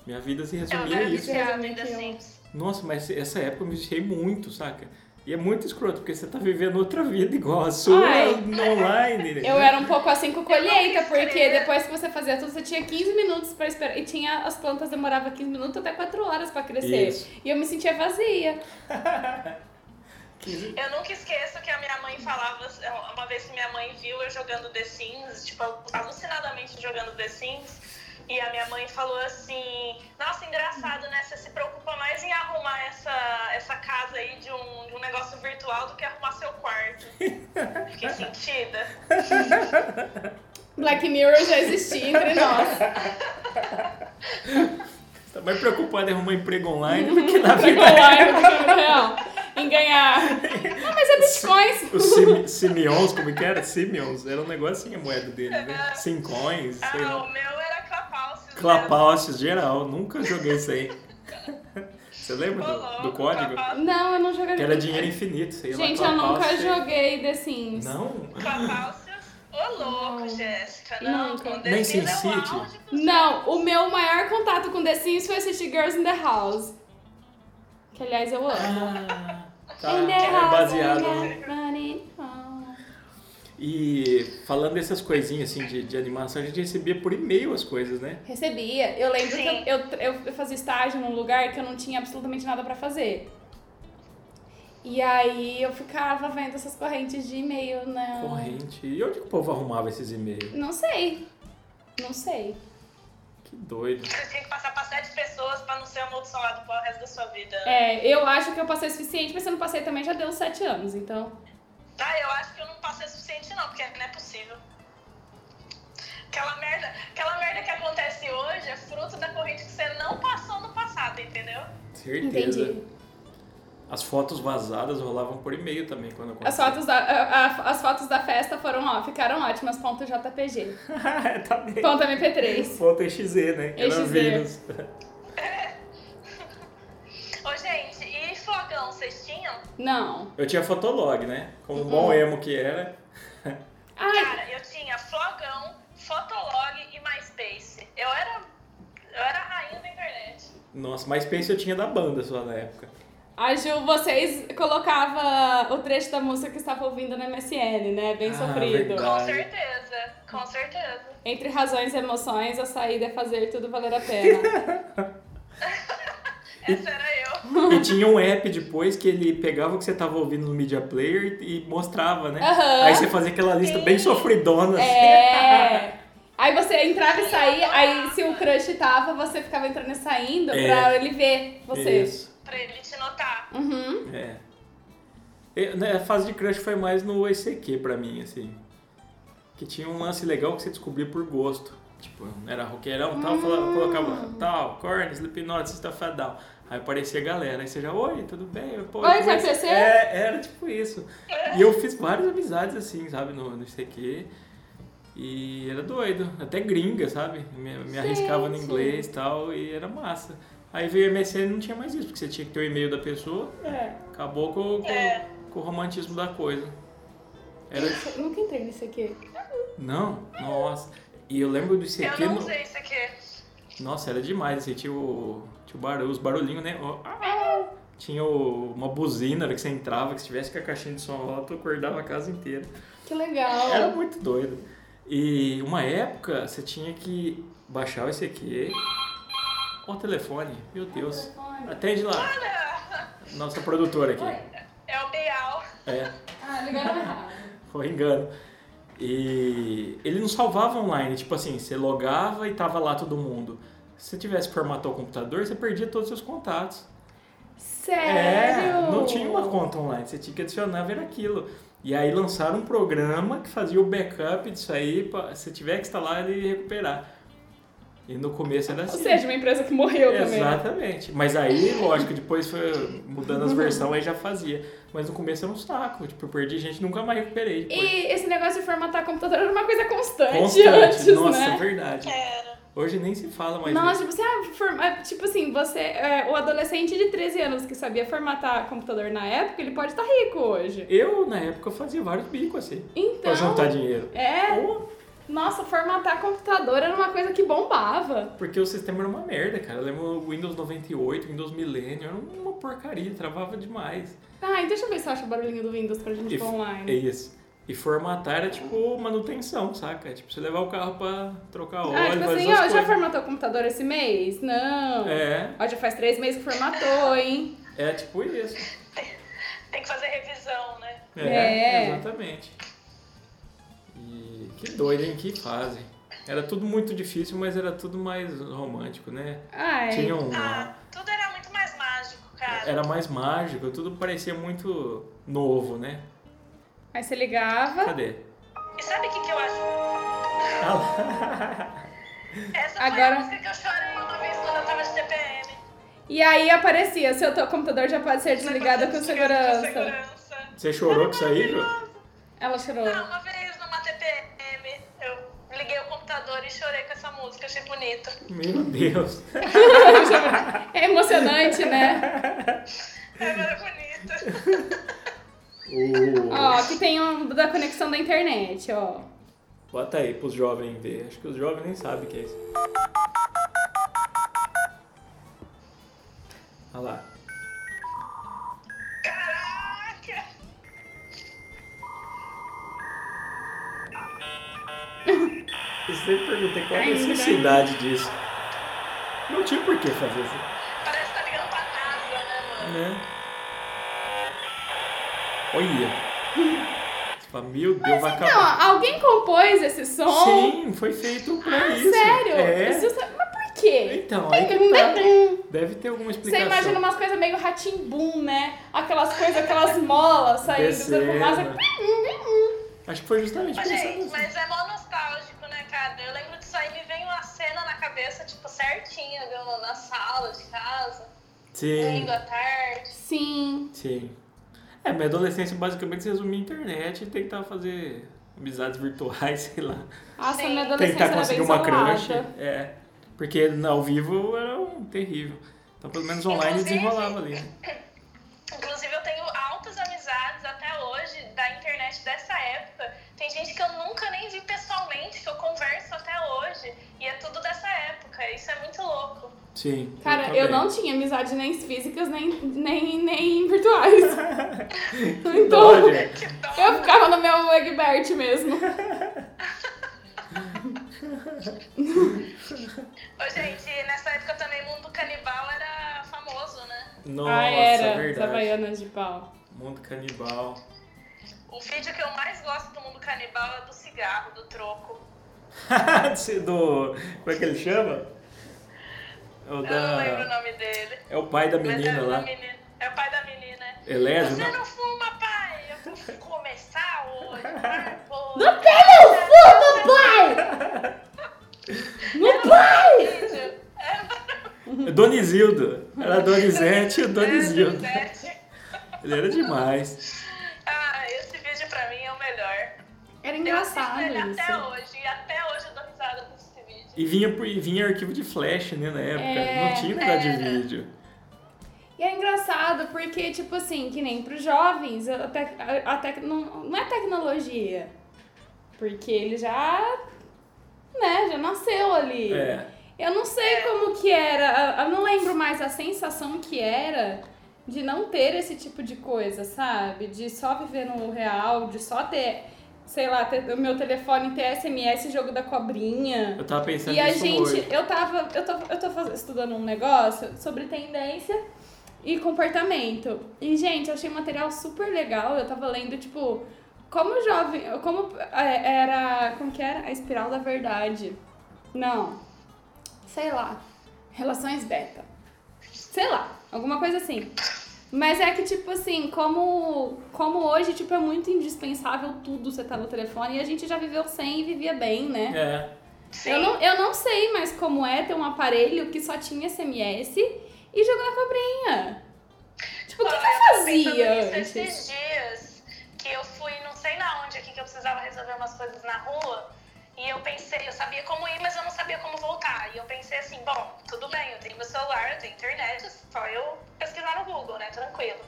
B: Minha vida se
C: Então,
A: Eu
B: resumia
A: era
B: a isso.
A: viciada
C: Resume
A: ainda
C: que eu-
A: Sims.
B: Nossa, mas essa época eu me viciei muito, saca? E é muito escroto, porque você tá vivendo outra vida igual a sua
C: Ai.
B: online. né?
C: Eu era um pouco assim com colheita,
A: Eu não quis
C: porque
A: crer.
C: depois que você fazia tudo, você tinha 15 minutos pra esperar. E tinha as plantas demorava 15 minutos até 4 horas pra crescer.
B: Isso.
C: E eu me sentia vazia.
A: Eu nunca esqueço que a minha mãe falava, uma vez que minha mãe viu eu jogando The Sims, tipo, alucinadamente jogando The Sims, e a minha mãe falou assim, nossa, engraçado, né? Você se preocupa mais em arrumar essa, essa casa aí de um, de um negócio virtual do que arrumar seu quarto. Fiquei sentida.
C: Black Mirror já existia entre nós.
B: Tá mais preocupado em arrumar emprego online do que na vida
C: Ficou live do Jogo Real em ganhar. Ah, mas é bitcoins.
B: Os simi- simions, como é que era? Simions, era um negócio assim, a moeda deles, né? Cincões,
A: Ah,
B: sei
A: o
B: lá.
A: meu era clapalces.
B: Clapalces geral, nunca joguei isso aí. Você lembra do, do código?
C: Não, eu não joguei.
B: Que era dinheiro infinito, sei lá.
C: Gente, eu nunca
B: clapalces.
C: joguei The Sims.
B: Não?
A: Clapalces. Ô louco, Jéssica. Não,
C: Nunca.
A: com The
B: Nem
A: Sims é o
B: Sin City?
A: auge do
C: Não, o meu maior contato com The Sims foi assistir Girls in the House. Que, aliás, eu amo.
B: Ah, tá.
C: In the
B: É
C: house,
B: baseado.
C: I
B: né?
C: got money. Oh.
B: E falando dessas coisinhas assim de, de animação, a gente recebia por e-mail as coisas, né?
C: Recebia. Eu lembro
A: Sim.
C: que eu, eu, eu fazia estágio num lugar que eu não tinha absolutamente nada pra fazer. E aí eu ficava vendo essas correntes de e-mail na.
B: Corrente. E onde que o povo arrumava esses e-mails?
C: Não sei. Não sei.
B: Que doido.
A: Você tinha que passar pra sete pessoas pra não ser amaldiçoado pro resto da sua vida.
C: É, eu acho que eu passei o suficiente, mas se eu não passei também já deu sete anos, então.
A: Ah, eu acho que eu não passei o suficiente não, porque não é possível. Aquela merda, aquela merda que acontece hoje é fruto da corrente que você não passou no passado, entendeu?
B: Certeza.
C: Entendi.
B: As fotos vazadas rolavam por e-mail também quando acontecia.
C: As fotos, da, a- a- as fotos da festa foram, ó, ficaram ótimas, ponto .jpg,
B: tá bem.
C: ponto é .mp3.
B: Foto XZ, né? Que Era
C: XZ.
B: vírus.
A: Ô, gente, e fogão, vocês tinham?
C: Não.
B: Eu tinha Fotolog, né? Como
C: Uhum.
B: bom emo que era.
C: Ai,
A: Cara, eu tinha flogão, fotolog e MySpace. Eu era, eu era a rainha da internet.
B: Nossa, MySpace eu tinha da banda só na época.
C: a Ju, vocês colocava o trecho da música que estava ouvindo na MSN, né? Bem
B: Ah,
C: sofrido.
B: verdade.
A: Com
B: Ai.
A: certeza, com certeza.
C: Entre razões e emoções, a saída é fazer tudo valer a pena.
A: Essa era eu.
B: E tinha um app depois que ele pegava o que você tava ouvindo no Media Player e mostrava, né?
C: Aham.
B: Aí você fazia aquela lista bem sofridona. assim.
C: É. Aí você entrava e saía, aí se o crush tava, você ficava entrando e saindo
B: É.
C: pra ele ver você.
B: Isso.
A: Pra ele te notar.
C: Uhum.
B: É. Eu, né, a fase de crush foi mais no ECQ pra mim, assim. Que tinha um lance legal que você descobria por gosto. Tipo, era roqueirão e tal,
C: Hum.
B: falava, colocava tal, corn, slipknot, estafadão. Aí aparecia a galera, aí você já, oi, tudo bem? Pô, como
C: Oi,
B: é que
C: quer
B: você-"
C: crescer?
B: É, era tipo isso. E eu fiz várias amizades assim, sabe, no, no ICQ. E era doido, até gringa, sabe? Me, me arriscava no
C: Gente.
B: inglês e tal, e era massa. Aí veio o MSN e não tinha mais isso, porque você tinha que ter o e-mail da pessoa,
C: É.
B: Acabou com, com-
A: É.
B: com o romantismo da coisa. Era.
C: Eu nunca entrei nisso aqui.
B: Não, nossa. E eu lembro do ICQ.
A: eu não
B: no-
A: usei isso aqui.
B: Nossa, era demais. Assim, tinha, o, tinha o barulho, os barulhinhos, né? O- ah, Tinha o- uma buzina que você entrava, que se tivesse com a caixinha de som alto, acordava a casa inteira.
C: Que legal.
B: Era muito doido. E uma época você tinha que baixar o ICQ. Ó o telefone, meu Deus.
C: telefone.
B: Atende lá. Nossa produtora aqui.
A: É o Bial.
B: É,
C: Ah, ligaram errado.
B: foi um engano. E ele não salvava online, tipo assim, você logava e tava lá todo mundo. Se você tivesse que formatar o computador, você perdia todos os seus contatos.
C: Sério?
B: É, não tinha uma conta online, você tinha que adicionar ver aquilo. E aí lançaram um programa que fazia o backup disso aí, pra, se tiver que instalar ele recuperar. E no começo era assim.
C: Ou seja, uma empresa que morreu também. né?
B: Exatamente. Mas aí, lógico, depois foi mudando as versões, aí já fazia. Mas no começo era um saco. Tipo, eu perdi gente nunca mais recuperei. Foi
C: E esse negócio de formatar computador era uma coisa constante, antes,
B: Nossa, é
C: né?
B: verdade.
A: Era.
B: Hoje nem se fala mais
C: Nossa,
B: nisso.
C: tipo, você, ah, forma- tipo assim, você, é, o adolescente de 13 anos que sabia formatar computador na época, ele pode estar rico hoje.
B: Eu, na época, fazia vários bicos assim.
C: Então,
B: Pra juntar dinheiro.
C: é,
B: Ou
C: nossa, formatar computador era uma coisa que bombava.
B: Porque o sistema era uma merda, cara. Eu lembro o Windows 98, Windows Millennium, era uma porcaria, travava demais.
C: Ai, deixa eu ver se eu acho o barulhinho do Windows pra gente
B: E
C: pôr
B: f- É
C: online.
B: isso. E formatar era tipo manutenção, saca? Tipo, você levar o carro pra trocar óleo,
C: ah, tipo
B: fazer
C: assim,
B: essas
C: ó, já
B: coisas.
C: formatou o computador esse mês? Não.
B: É,
C: Ó, já faz três meses que formatou, hein?
B: é tipo isso.
A: Tem que fazer revisão, né?
B: É,
C: É.
B: exatamente. E que doido, hein? Que fase. Era tudo muito difícil, mas era tudo mais romântico, né?
C: Ai.
B: Tinha um.
A: Ah, tudo era muito mais mágico, cara.
B: Era mais mágico, tudo parecia muito novo, né?
C: Aí você ligava.
B: Cadê?
A: E sabe o que, que eu acho?
B: Ah lá.
A: Essa foi
C: Agora-
A: a música que eu chorei uma vez quando eu tava de TPM.
C: E aí aparecia, seu teu computador já pode ser desligado com
A: Desligado com
C: segurança.
A: segurança.
B: Você chorou com isso aí, Ju?
A: Maravilhoso.
C: Ela chorou.
A: Não, uma vez numa TPM, eu liguei o computador e chorei com essa música, achei bonito.
B: Meu Deus.
C: É emocionante, né?
A: Agora é bonito.
C: Ó, aqui tem um da conexão da internet, ó.
B: Bota aí pros jovens ver. Acho que os jovens nem sabem o que é isso. Olha Ah lá.
A: Caraca!
B: Eu sempre perguntei qual é a
C: é
B: necessidade disso. Não tinha por que fazer isso.
A: Parece que tá ligando pra NASA, né, mano?
B: Né? Olha. Tipo, meu Deus, vai
C: Não,
B: acabar.
C: alguém compôs esse som?
B: Sim, foi feito pra
C: Ah,
B: isso.
C: sério?
B: É.
C: Isso- Mas por quê?
B: Então,
C: Tem
B: aí que
C: um
B: tá.
C: dedão.
B: Deve ter alguma
C: Você
B: explicação.
C: imagina umas coisas meio ratimbum, né? Aquelas coisas, aquelas molas saindo da
B: Descendo.
C: fumaça.
B: Acho que foi justamente
A: Ô,
B: por
A: Gente,
B: isso.
A: mas é mó nostálgico, né, cara? Eu lembro disso aí, me vem uma cena na cabeça, tipo, certinha, viu? Na sala de casa,
B: Sim.
A: domingo à tarde.
C: Sim.
B: Sim. É, minha adolescência basicamente se resumia em internet e tentar fazer amizades virtuais, sei lá.
C: Nossa,
A: Sim.
C: minha adolescência
B: Tentar
C: era bem
B: conseguir uma crush.
C: isolada.
B: É. Porque ao vivo era um terrível. Então pelo menos online
A: Inclusive-
B: desenrolava ali. né?
A: Inclusive, eu tenho altas amizades até hoje da internet dessa época. Tem gente que eu nunca nem vi pessoalmente, que eu converso até hoje. E é tudo dessa época. Isso é muito louco.
B: Sim.
C: Cara,
B: também.
C: eu não tinha amizade nem físicas, nem, nem, nem virtuais. então,
B: Dó, gente.
A: Que dó.
C: eu ficava no meu Egbert mesmo.
A: Ô, gente, nessa época também o mundo canibal era famoso, né?
B: Nossa, é
C: ah, era, as
B: verdade.
C: Havaianas de pau.
B: Mundo canibal.
A: O vídeo que eu mais gosto do mundo canibal é do cigarro, do troco.
B: Esse do. Como é que ele chama? É o
A: Eu não lembro o
B: da.
A: nome dele.
B: É o pai da
A: Mas é
B: menina
A: o da
B: lá. é
A: menina. É o pai da menina.
B: Elésio,
A: Você
B: não?
A: não fuma, pai! Eu vou começar hoje, vai, pô.
C: Não pega o fumo, pai! No pai!
A: vídeo.
B: É Donizildo. Era Donizete e o
A: É,
B: Donizildo.
A: Donizete.
B: Ele era demais.
A: Ah, esse vídeo pra mim é o melhor.
C: Era
A: Eu assisto
C: engraçado
A: ele até
C: isso.
A: hoje. E até hoje eu dou risada com esse vídeo.
B: E vinha, por- e vinha arquivo de flash, né, na época.
C: É,
B: não tinha negócio de
A: era.
B: vídeo.
C: E é engraçado porque, tipo assim, que nem pros jovens, a tec- a- a tec- não, não é tecnologia. Porque ele já. né, já nasceu ali.
B: É.
C: Eu não sei como que era, eu não lembro mais a sensação que era de não ter esse tipo de coisa, sabe? De só viver no real, de só ter, sei lá, ter, o meu telefone ter SMS jogo da cobrinha.
B: Eu tava pensando
C: E a
B: nisso
C: gente,
B: hoje.
C: eu tava, eu tô, eu tô faz- estudando um negócio sobre tendência e comportamento. E, gente, eu achei um material super legal. Eu tava lendo, tipo, como jovem, como é, era, como que era? A espiral da verdade. Não, sei lá, relações beta. Sei lá, alguma coisa assim. Mas é que, tipo assim, como, como hoje, tipo, é muito indispensável tudo você tá no telefone. E a gente já viveu sem e vivia bem, né?
B: É.
A: Sim.
C: Eu não, eu não sei mais como é ter um aparelho que só tinha SMS e jogou na cobrinha. Tipo, o
A: Olha,
C: que, que eu
A: eu tava
C: fazia
A: pensando nisso é
C: antes?
A: Esses dias que eu fui, não sei na onde aqui, que eu precisava resolver umas coisas na rua. E eu pensei, eu sabia como ir, mas eu não sabia como voltar. E eu pensei assim, bom, tudo bem, eu tenho meu celular, eu tenho internet, é só eu pesquisar no Google, né? Tranquilo.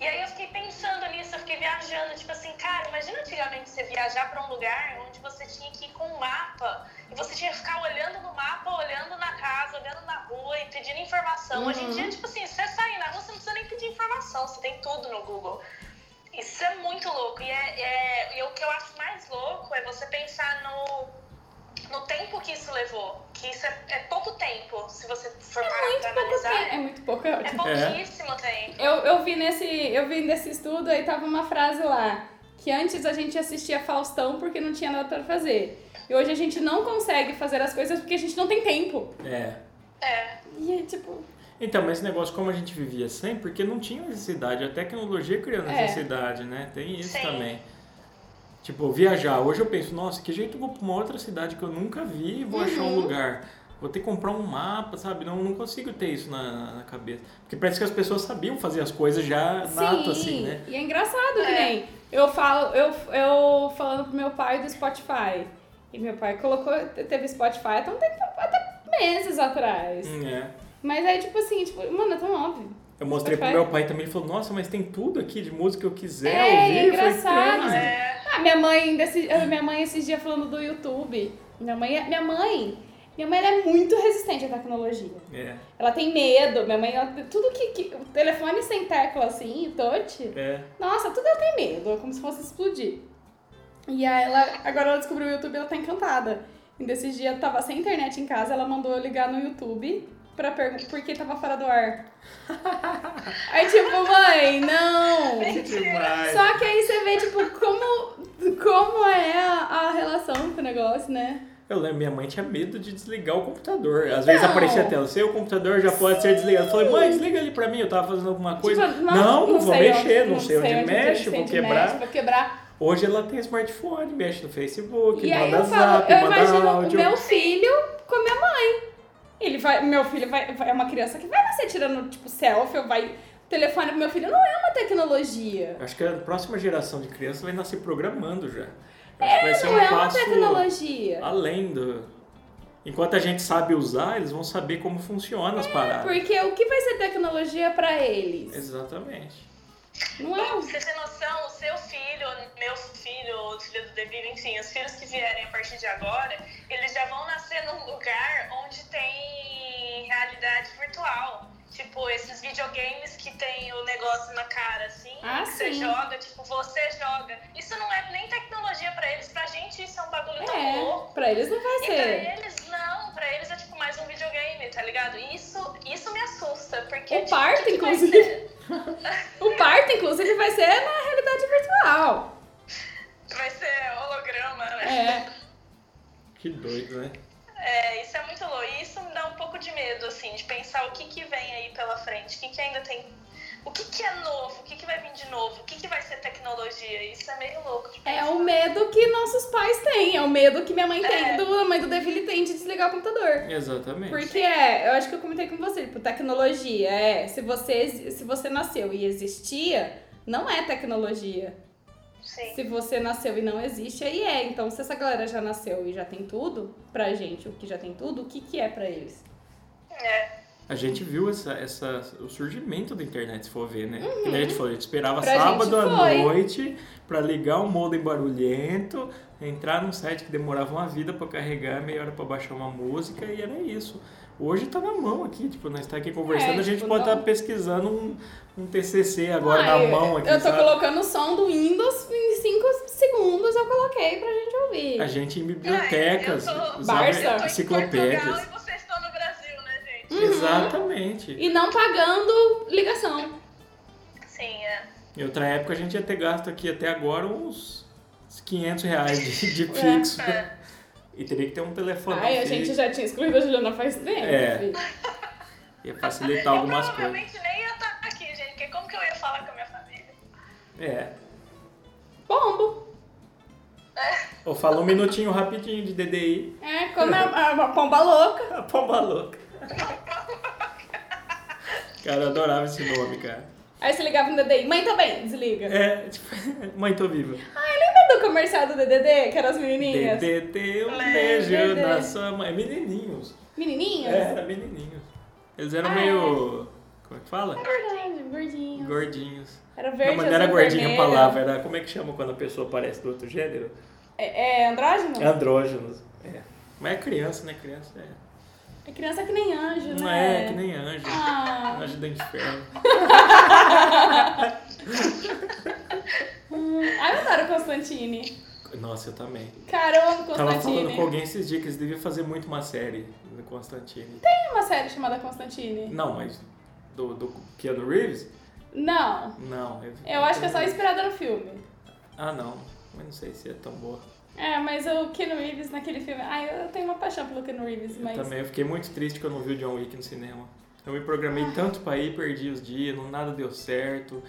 A: E aí eu fiquei pensando nisso, eu fiquei viajando, tipo assim, cara, imagina antigamente você viajar pra um lugar onde você tinha que ir com um mapa e você tinha que ficar olhando no mapa, olhando na casa, olhando na rua e pedindo informação. Hoje
C: Uhum.
A: em dia, tipo assim, você sair na rua, você não precisa nem pedir informação, você tem tudo no Google. Isso é muito louco. E, é, é- e o que eu acho mais louco é você pensar no, no tempo que isso levou. Que isso é, é pouco tempo, se você for parar
C: É Muito
A: pra
C: pouco
A: analisar.
C: tempo. É muito pouco. é
A: É
C: ótimo.
A: pouquíssimo tempo.
C: Eu, eu, vi nesse, eu vi nesse estudo, aí tava uma frase lá, que antes a gente assistia Faustão porque não tinha nada pra fazer. E hoje a gente não consegue fazer as coisas porque a gente não tem tempo.
B: É.
A: É.
C: E é tipo,
B: Então, mas esse negócio, como a gente vivia sem, porque não tinha necessidade. A tecnologia criou
C: É.
B: necessidade, né? Tem isso
A: Sim.
B: também. Tipo, viajar. Hoje eu penso, nossa, que jeito eu vou pra uma outra cidade que eu nunca vi e vou achar
C: Uhum.
B: um lugar. Vou ter que comprar um mapa, sabe? Não, não consigo ter isso na, na cabeça. Porque parece que as pessoas sabiam fazer as coisas já nato, assim, né?
C: E é engraçado que
A: É.
C: nem. Eu falo, eu, eu falando pro meu pai do Spotify. E meu pai colocou, teve Spotify até um tempo, até meses atrás.
B: Hum, É.
C: Mas aí, tipo assim, tipo, mano, é tão óbvio.
B: Eu mostrei pro
C: Spotify.
B: meu pai também, ele falou, nossa, mas tem tudo aqui de música que eu quiser
C: É,
B: ouvir.
C: é
B: Eu falei,
C: engraçado.
B: "Tem".
A: É.
C: Ah, minha mãe, ainda esse, ah, minha mãe esses dias falando do YouTube. Minha mãe, é- minha mãe, minha mãe ela é muito resistente à tecnologia.
B: É,
C: Ela tem medo, minha mãe, ela, tudo que, que. o Telefone sem tecla assim, touch.
B: é.
C: Nossa, tudo ela tem medo, é como se fosse explodir. E aí ela, agora ela descobriu o YouTube, ela tá encantada. E desse dia eu tava sem internet em casa, ela mandou eu ligar no YouTube pra perguntar porque tava fora do ar. aí tipo, mãe, não.
B: Que demais.
C: Só que aí você vê tipo como como é a, a relação com o negócio, né?
B: Eu lembro, minha mãe tinha medo de desligar o computador.
C: Então.
B: Às vezes aparecia a tela, seu computador já pode ser desligado. Eu falei, mãe, desliga ali pra mim, eu tava fazendo alguma coisa.
C: Tipo,
B: não, não, vou
C: sei
B: mexer, não, sei onde,
C: onde-
B: mexe,
C: sei
B: vou
C: onde
B: quebrar.
C: mexe, vou quebrar.
B: Hoje ela tem smartphone, mexe no Facebook,
C: E aí
B: manda
C: eu falo,
B: zap,
C: eu
B: manda
C: imagino o
B: áudio.
C: meu filho com a minha mãe. Ele vai, meu filho vai, vai- é uma criança que vai nascer tirando, tipo, selfie, ou vai, telefone pro meu filho, não é uma tecnologia.
B: Acho que a próxima geração de crianças vai nascer programando já. Acho que vai ser
C: Não
B: um
C: é uma
B: passo
C: tecnologia.
B: além do. Enquanto a gente sabe usar, eles vão saber como funciona as paradas.
C: É, Porque o que vai ser tecnologia pra eles?
B: Exatamente.
C: Não é
A: Bom, pra você tem noção, o seu filho, meu filho, o filho do Devido, enfim, os filhos que vierem a partir de agora, eles já vão nascer num lugar onde tem realidade virtual. Tipo, esses videogames que tem o negócio na cara, assim,
C: Ah,
A: que você
C: sim.
A: joga, tipo, você joga. Isso não é nem tecnologia pra eles, pra gente isso é um bagulho tão louco.
C: É, pra eles não vai
A: E pra
C: ser.
A: eles não, pra eles é tipo mais um videogame, tá ligado? Isso, isso me assusta, porque.
C: O
A: tipo,
C: parto,
A: que que vai
C: inclusive.
A: ser?
C: O parto, inclusive, vai ser na realidade virtual.
A: Vai ser holograma, né?
C: É.
B: Que doido, né?
A: É, isso é muito louco. E isso me dá um pouco de medo, assim, de pensar o que, que vem aí pela frente, o que, que ainda tem. O que, que é novo, o que, que vai vir de novo, o que, que vai ser tecnologia. Isso é meio louco. de
C: É
A: pensar.
C: o medo que nossos pais têm. É o medo que minha mãe tem,
A: É.
C: do, a mãe do Deville tem de desligar o computador.
B: Exatamente.
C: Porque é, eu acho que eu comentei com você, tipo, tecnologia é, se você, exi- se você nasceu e existia, não é tecnologia.
A: Sim.
C: Se você nasceu e não existe, aí é. Então, se essa galera já nasceu e já tem tudo, pra gente, o que já tem tudo, o que que é pra eles?
A: É.
B: A gente viu essa, essa, o surgimento da internet, se for ver, né? Que nem a gente falou, a gente esperava
C: Uhum. Pra gente
B: sábado à
C: foi.
B: noite pra ligar um modem barulhento, entrar num site que demorava uma vida pra carregar, meia hora pra baixar uma música, e era isso. Hoje tá na mão aqui, tipo, nós tá aqui conversando, a gente
C: tipo,
B: pode
C: não-
B: estar pesquisando um, um TCC agora
C: Ah,
B: na
C: eu-
B: mão aqui,
C: Eu tô
B: sabe?
C: colocando o som do Windows em 5 segundos eu coloquei pra gente ouvir.
B: A gente em bibliotecas,
A: Ah, É. eu tô-
B: usava
C: Barça.
A: Eu tô em Portugal
B: enciclopédias.
A: e vocês estão no Brasil, né,
C: Uhum.
B: Hum?
A: gente?
B: Exatamente.
C: E não pagando ligação.
A: Sim, é.
B: Em outra época a gente ia ter gasto aqui até agora uns 500 reais de, de fixo.
A: É.
B: E teria que ter um telefone.
C: Ai, a
B: que
C: gente já tinha excluído a Juliana faz tempo.
B: É.
C: filho.
B: Ia facilitar algumas
A: eu
B: coisas.
A: provavelmente nem ia estar aqui, gente, porque como que eu ia falar com a minha família?
B: É.
C: Pombo.
A: É.
B: Ou fala um minutinho rapidinho de DDI.
C: É, como é uma pomba louca.
B: A pomba louca. Cara, eu adorava esse nome, cara.
C: Aí você ligava no DDI. Mãe também, desliga.
B: É, tipo, mãe, tô viva.
C: Ai, lembra do comercial do DDD, que eram as menininhas?
B: DDT, um
A: Lé,
B: beijo
C: Dedê.
B: na sua mãe. É menininhos.
C: Menininhas?
B: É, era menininhos. Eles eram
C: Ah,
B: meio. Como é que fala?
C: Verdade, gordinho.
B: Gordinhos.
C: Era verde,
B: Não, mas não era
C: azul,
B: gordinho a
C: vermelho.
B: palavra, era como é que chama quando a pessoa parece do outro gênero?
C: É, é andrógeno?
B: É andrógenos. É. Mas é criança, né? Criança é.
C: É criança que nem anjo,
B: Não
C: né?
B: é, que nem anjo.
C: Ah.
B: Anjo do inferno.
C: Hum, Ai, eu adoro Constantine.
B: Nossa, eu também.
C: Cara, eu amo
B: Tava falando
C: Constantine.
B: com alguém esses dias que eles deviam fazer muito uma série do Constantine.
C: Tem uma série chamada Constantine?
B: Não, mas do, do Keanu Reeves?
C: Não.
B: Não. Eu,
C: Eu acho que é só inspirada no filme.
B: Ah, não. Mas não sei se é tão boa.
C: É, mas o Keanu Reeves naquele filme... Ai, eu tenho uma paixão pelo Keanu Reeves, mas...
B: Eu também eu fiquei muito triste que eu não vi o John Wick no cinema. Eu me programei tanto pra ir, perdi os dias, não, nada deu certo.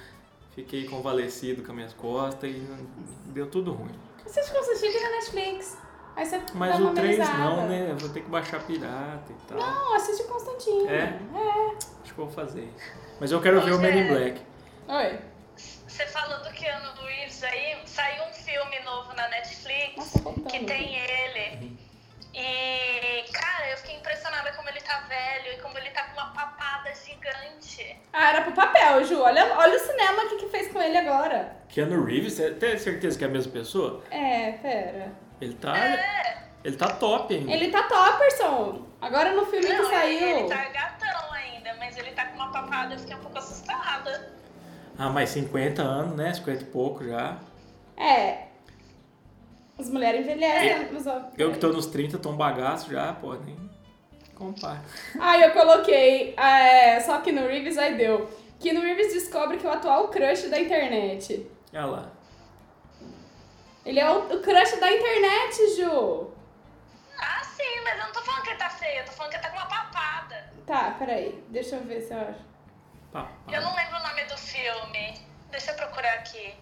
B: Fiquei convalescido com as minhas costas e não- deu tudo ruim.
C: Assiste Constantine na Netflix. Aí você
B: Mas
C: dá uma
B: o 3
C: amenizada.
B: não, né? Eu vou ter que baixar pirata e tal.
C: Não, assiste Constantine.
B: É?
C: É.
B: Acho que eu vou fazer isso. Mas eu quero ver o Men in Black.
C: Oi.
A: Você falou do Keanu Reeves aí, saiu um filme novo na Netflix
C: Nossa, contando.
A: que tem ele. E, cara, eu fiquei impressionada como ele tá velho e como ele tá com uma papada gigante.
C: Ah, era pro papel, Ju. Olha, olha o cinema que, que fez com ele agora.
B: Keanu Reeves, você tem certeza que é a mesma pessoa?
C: É, pera.
B: Ele tá.
A: É.
B: Ele tá top ainda.
C: Ele tá topperson. Agora no filme que
A: Não, ele,
C: saiu.
A: ele tá gatão ainda, mas ele tá com uma papada, eu fiquei um pouco assustada.
B: Ah, mas 50 anos, né? 50 e pouco já.
C: É. As mulheres envelhecem. os homens-
B: É. Eu que tô nos 30, tô um bagaço já, pô, nem compara.
C: Ai, Ah, eu coloquei. É, só que no Reeves aí deu. Que no Reeves descobre que é o atual crush da internet.
B: Olha lá.
C: Ele é o, o crush da internet, Ju.
A: Ah, sim, mas eu não tô falando que ele tá feio, eu tô falando que ele tá com uma papada.
C: Tá, peraí. Deixa eu ver se eu acho.
B: Papai.
A: Eu não lembro o nome do filme. Deixa eu procurar aqui.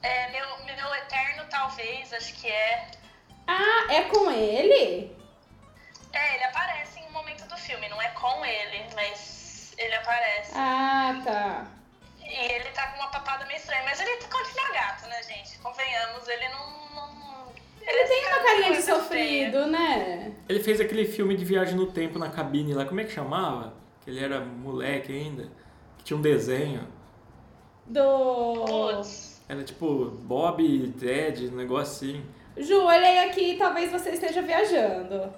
A: É, meu, meu Eterno Talvez, acho que é.
C: Ah, é com ele?
A: É, ele aparece em um momento do filme, não é com ele, mas ele aparece.
C: Ah, tá.
A: E ele tá com uma papada meio estranha, mas ele continua gato, né, gente? Convenhamos, ele não. não-
C: Ele tem
A: fica
C: uma carinha de
A: coisa feia.
C: sofrido, né?
B: Ele fez aquele filme de viagem no tempo na cabine lá, como é que chamava? Que ele era moleque ainda, que tinha um desenho.
C: Do.
A: Putz.
B: Era tipo Bob e Ted, um negócio assim.
C: Ju, olhei aqui talvez você esteja viajando.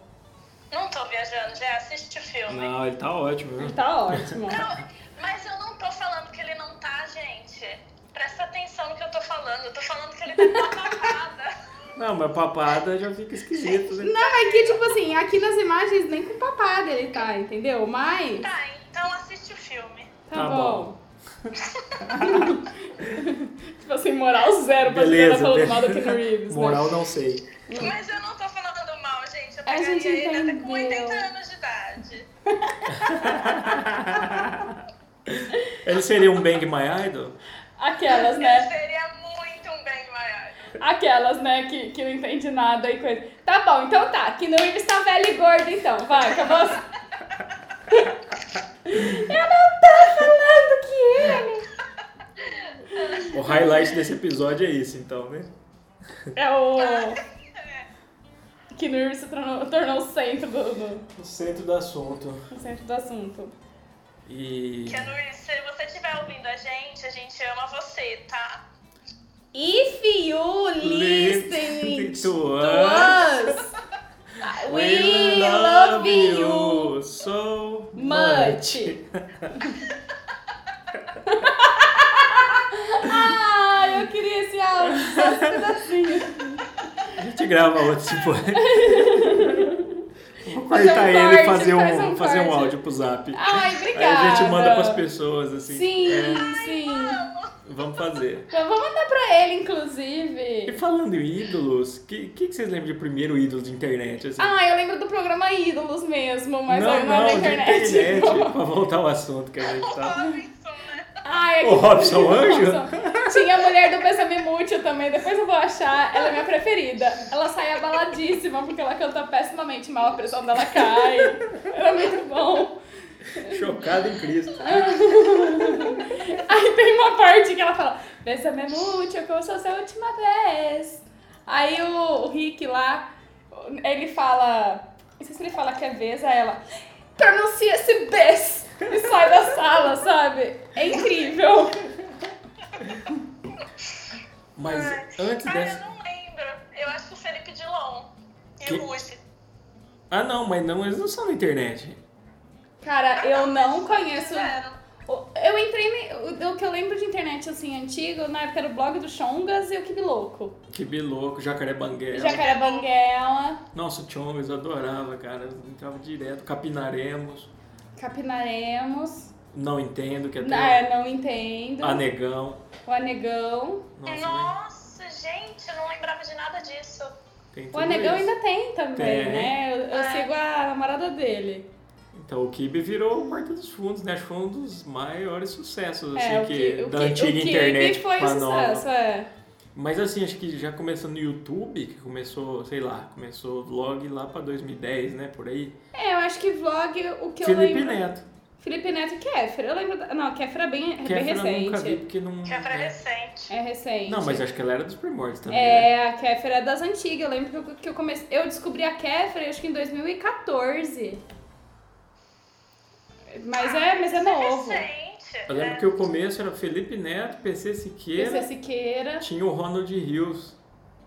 A: Não tô viajando, já assiste o filme.
B: Não, ele tá ótimo, viu?
C: Tá ótimo.
A: Não, mas eu não tô falando que ele não tá, gente. Presta atenção no que eu tô falando. Eu tô falando que ele tá com uma papada.
B: Não, mas papada já fica esquisito, né?
C: Não, é que, tipo assim, aqui nas imagens nem com papada ele tá, entendeu? Mas.
A: Tá, então assiste o filme.
C: Tá,
B: Tá
C: bom. tipo assim, moral zero pra
B: Beleza,
C: Juliana falando
B: beleza.
C: mal do Keanu Reeves. né?
B: Moral não sei.
A: Mas eu não tô falando mal, gente. Eu
C: A
A: pegaria
C: gente
A: ele até com
C: entendeu.
A: 80 anos de idade.
B: Ele seria um Bang My Idol?
C: Aquelas,
A: Ele
C: né?
A: seria muito um bem maior.
C: Aquelas, né? Que, que não entende nada e coisa. Tá bom, então tá. Keanu Reeves tá velho e gordo, então. Vai, acabou. Eu não tô falando que ele.
B: O highlight desse episódio é isso, então, né?
C: É o.
A: É,
C: Que Nurse se tornou, tornou o centro do, do-
B: O centro do assunto.
C: o centro do assunto.
B: E.
A: Keanu Reeves, se você estiver ouvindo a gente, a gente ama você, tá?
C: If you
B: Listening
C: listen
B: to
C: to us, we love you.
B: you. so
C: Much. Ai, eu queria esse áudio, só esse pedacinho.
B: A gente grava outro tipo. Vou cortar
C: um
B: ele e
C: corte,
B: fazer
C: faz
B: um,
C: um
B: fazer um
C: corte.
B: áudio pro zap.
C: Ai,
B: Aí
C: obrigada.
B: a gente manda pras pessoas, assim.
C: Sim,
B: É,
C: sim.
B: vamos fazer.
C: Eu vou mandar pra ele,
B: E
C: inclusive.
B: falando em ídolos, o que, que, que vocês lembram de primeiro ídolo de internet? Assim?
C: Ah, eu lembro do programa Ídolos mesmo, mas
B: não, é,
C: eu
B: não,
C: da
B: de
C: internet.
B: internet.
C: não.
B: pra voltar ao assunto que a gente tá.
A: Robinson, né?
C: Ai,
B: O
C: aqui-
B: Robson Anjo?
C: Tinha a mulher do Pensa Mútil também, depois eu vou achar. Ela é minha preferida. Ela sai abaladíssima porque ela canta pessimamente mal, a pressão dela cai. Era muito bom.
B: Chocado em Cristo.
C: Aí tem uma parte que ela fala: Pensa Mútil, como se fosse a última vez. Aí o, o Rick lá, ele fala. Não sei se ele fala que é vez, aí ela pronuncia esse bes e sai da sala, sabe? É incrível.
B: Mas antes
A: ah,
B: dessa.
A: eu não lembro. Eu acho que o Felipe Dilon e
B: Que-
A: o Ruge.
B: Ah, não, mas não, eles não são na internet.
C: Cara, eu não conheço.
A: Fizeram.
C: Eu entrei. ne- O que eu lembro de internet assim, antigo, na época era o blog do Chongas e o Kibi Louco.
B: Que biloco, jacaré banguela.
C: Jacaré Banguela,
B: Nossa, o Chongas eu adorava, cara. Eu entrava direto, capinaremos.
C: Capinaremos.
B: Não entendo, que
C: Não,
B: até.
C: é, não É, entendo.
B: Anegão.
C: O Anegão.
B: Nossa, né?
A: Nossa, gente, eu não lembrava de nada disso.
B: Tem
C: O
B: tudo
C: Anegão
B: isso.
C: ainda tem também,
B: Tem.
C: né? Eu, eu
A: É.
C: sigo a namorada dele.
B: Então o Kibe virou o Porta dos Fundos, né? Acho que Foi um dos maiores sucessos, assim,
C: é, o
B: que,
C: Ki- o
B: da
C: Ki- o
B: antiga
C: Kibe
B: internet
C: foi um
B: pra
C: sucesso,
B: nova.
C: é.
B: Mas assim, acho que já começou no YouTube, que começou, sei lá, começou vlog lá pra 2010, né? Por aí.
C: É, eu acho que vlog, o que eu
B: Felipe
C: lembro.
B: Neto.
C: Felipe Neto e Kéfera. Eu lembro. da- Não, Kéfera é bem, é bem
B: Kéfera eu nunca vi
C: recente.
B: porque não.
A: Que é pra
B: né?
A: recente.
C: É recente.
B: Não, mas acho que ela era dos primórdios também. né?
C: É, a Kéfera é das antigas. Eu lembro que eu, que eu comecei. Eu descobri a Kéfera acho que em 2014. Mas é, mas é novo.
A: Recente. É.
B: Eu lembro que o começo era Felipe Neto, PC Siqueira.
C: PC é Siqueira.
B: Tinha o Ronald Rios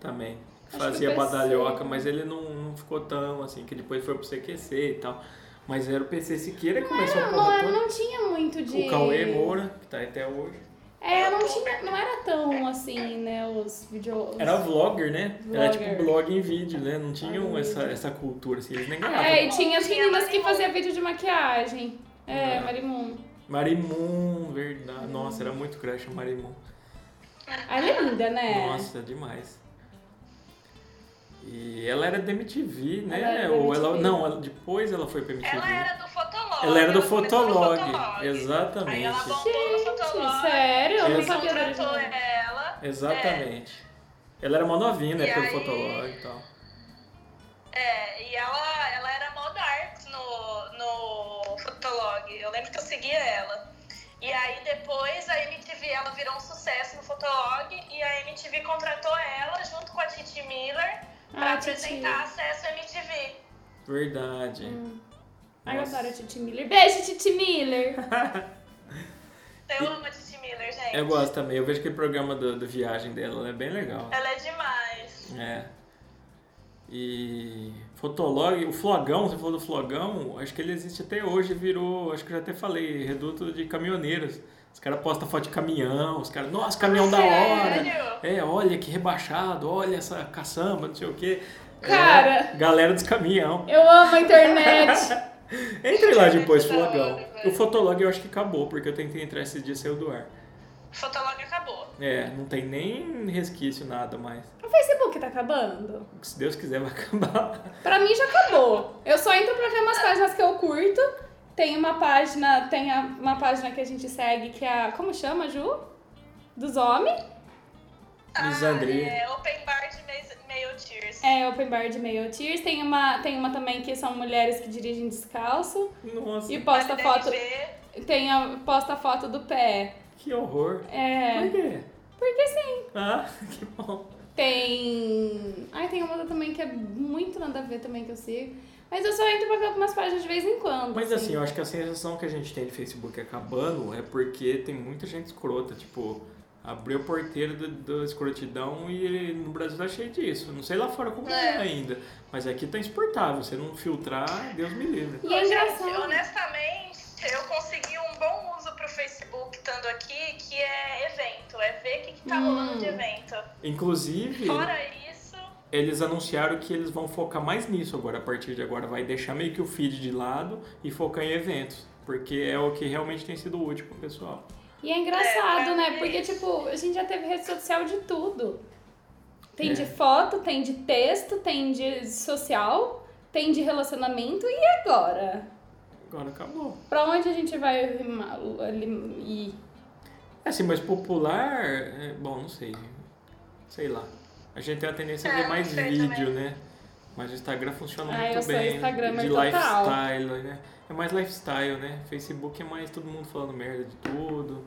B: também. que
C: Acho
B: Fazia
C: que eu pensei.
B: badalhoca, mas ele não, não ficou tão assim, que depois foi pro CQC e tal. Mas era o PC Siqueira que começou a
C: Não,
B: porra
C: não,
B: toda.
C: não tinha muito Ah, de.
B: O Cauê Moura, que tá aí até hoje.
C: É, não tinha. Não era tão assim, né? Os vídeos.
B: Era vlogger, né? Era tipo
C: Vlogger.
B: blog em vídeo, né? Não tinham essa, essa cultura, assim, eles nem ganhavam.
C: É, e tinha as
A: Tinha
C: meninas que
A: Marimun.
C: faziam vídeo de maquiagem. É,
B: Ah.
C: Marimun.
B: Marimum, verdade. Nossa, era muito crush o Marimum.
C: Ela é linda, né?
B: Nossa, demais. E ela era da MTV, né?
C: Ela era da
B: Ou ela.
C: MTV.
B: Não, ela- depois ela foi pra MTV.
A: Ela era do Fotolog.
B: Ela era do
A: começou no
B: Fotolog,
A: Aí ela
B: exatamente.
A: bombou
C: é
A: no Fotolog.
C: Gente, sério? Eu não
B: é
A: Ele
C: sabia da
A: contratou
C: original.
A: ela.
B: Exatamente. Ela era mó novinha, né?
A: E
B: Pelo
A: aí-
B: Fotolog e tal.
A: É, e ela, ela era mó dark no, no Fotolog. Eu lembro que eu seguia ela. E aí depois a MTV ela virou um sucesso no Fotolog e a MTV contratou ela junto com a Titi Miller pra
C: Ah, Titi.
A: apresentar acesso à MTV.
B: Verdade.
C: Hum. Ai, eu
B: Nossa.
C: adoro a Titi Miller. Beijo, Titi Miller.
A: Então, Eu amo a Titi Miller, gente.
B: Eu gosto também. Eu vejo aquele programa do, do viagem dela, ela é bem legal.
A: Ela é demais.
B: É. E Fotolog, o Flogão, você falou do Flogão, acho que ele existe até hoje, virou, acho que eu já até falei, reduto de caminhoneiros. Os caras postam foto de caminhão, os caras, nossa, caminhão da hora.
A: Sério?
B: É, olha que rebaixado, olha essa caçamba, não sei o quê. É,
C: Cara.
B: galera dos caminhão.
C: Eu amo a internet.
B: Entre lá depois,
A: Muito da
B: Flogão.
A: hora,
B: O
A: velho.
B: Fotolog eu acho que acabou, porque eu tentei entrar esse dia e saiu do ar.
A: Fotolog acabou.
B: É, não tem nem resquício, nada mais.
C: O Facebook tá acabando?
B: Se Deus quiser, vai acabar.
C: Pra mim já acabou. Eu só entro pra ver umas páginas que eu curto. Tem uma página, tem a- uma página que a gente segue que é a. Como chama, Ju? Dos homens.
B: Lisandria.
A: Ah, é, Open Bar de Mail- Mail Tears.
C: É Open Bar de Meio Tears. Tem uma, tem uma também que são mulheres que dirigem descalço.
B: Nossa,
C: E posta foto.
A: LDRV.
C: Tem a, posta foto do pé.
B: que horror.
C: É.
B: Por quê?
C: Porque sim.
B: Ah, que bom.
C: Tem. Ai, tem uma outra também que é muito nada a ver também que eu sigo. Mas eu só entro pra ver algumas páginas de vez em quando.
B: Mas assim, eu acho que a sensação que a gente tem de Facebook acabando é porque tem muita gente escrota, tipo, abriu a porteira do- da escrotidão e no Brasil tá cheio disso. Não sei lá fora como
A: É.
B: é, ainda, mas aqui tá insuportável. Você não filtrar, Deus me livre.
C: E é
A: Gente,
C: engraçado.
A: um é tá
C: Hum.
A: rolando de evento.
B: Inclusive,
A: Fora isso,
B: eles anunciaram que eles vão focar mais nisso agora, a partir de agora. Vai deixar meio que o feed de lado e focar em eventos. Porque é o que realmente tem sido útil pro pessoal.
C: E é engraçado, né? Porque, tipo, a gente já teve rede social de tudo. Tem
B: É.
C: de foto, tem de texto, tem de social, tem de relacionamento. E agora?
B: Agora acabou.
C: Pra onde a gente vai rimar- ali- ir?
B: Assim, mas popular. é, Bom, não sei. Sei lá. A gente tem a tendência a
A: É,
B: ver
A: não
B: mais
A: sei
B: vídeo,
A: também.
B: né? Mas o Instagram funciona
C: Ah,
B: muito
C: eu sou
B: bem.
C: instagramer
B: de
C: total.
B: lifestyle, né? É mais lifestyle, né? Facebook é mais todo mundo falando merda de tudo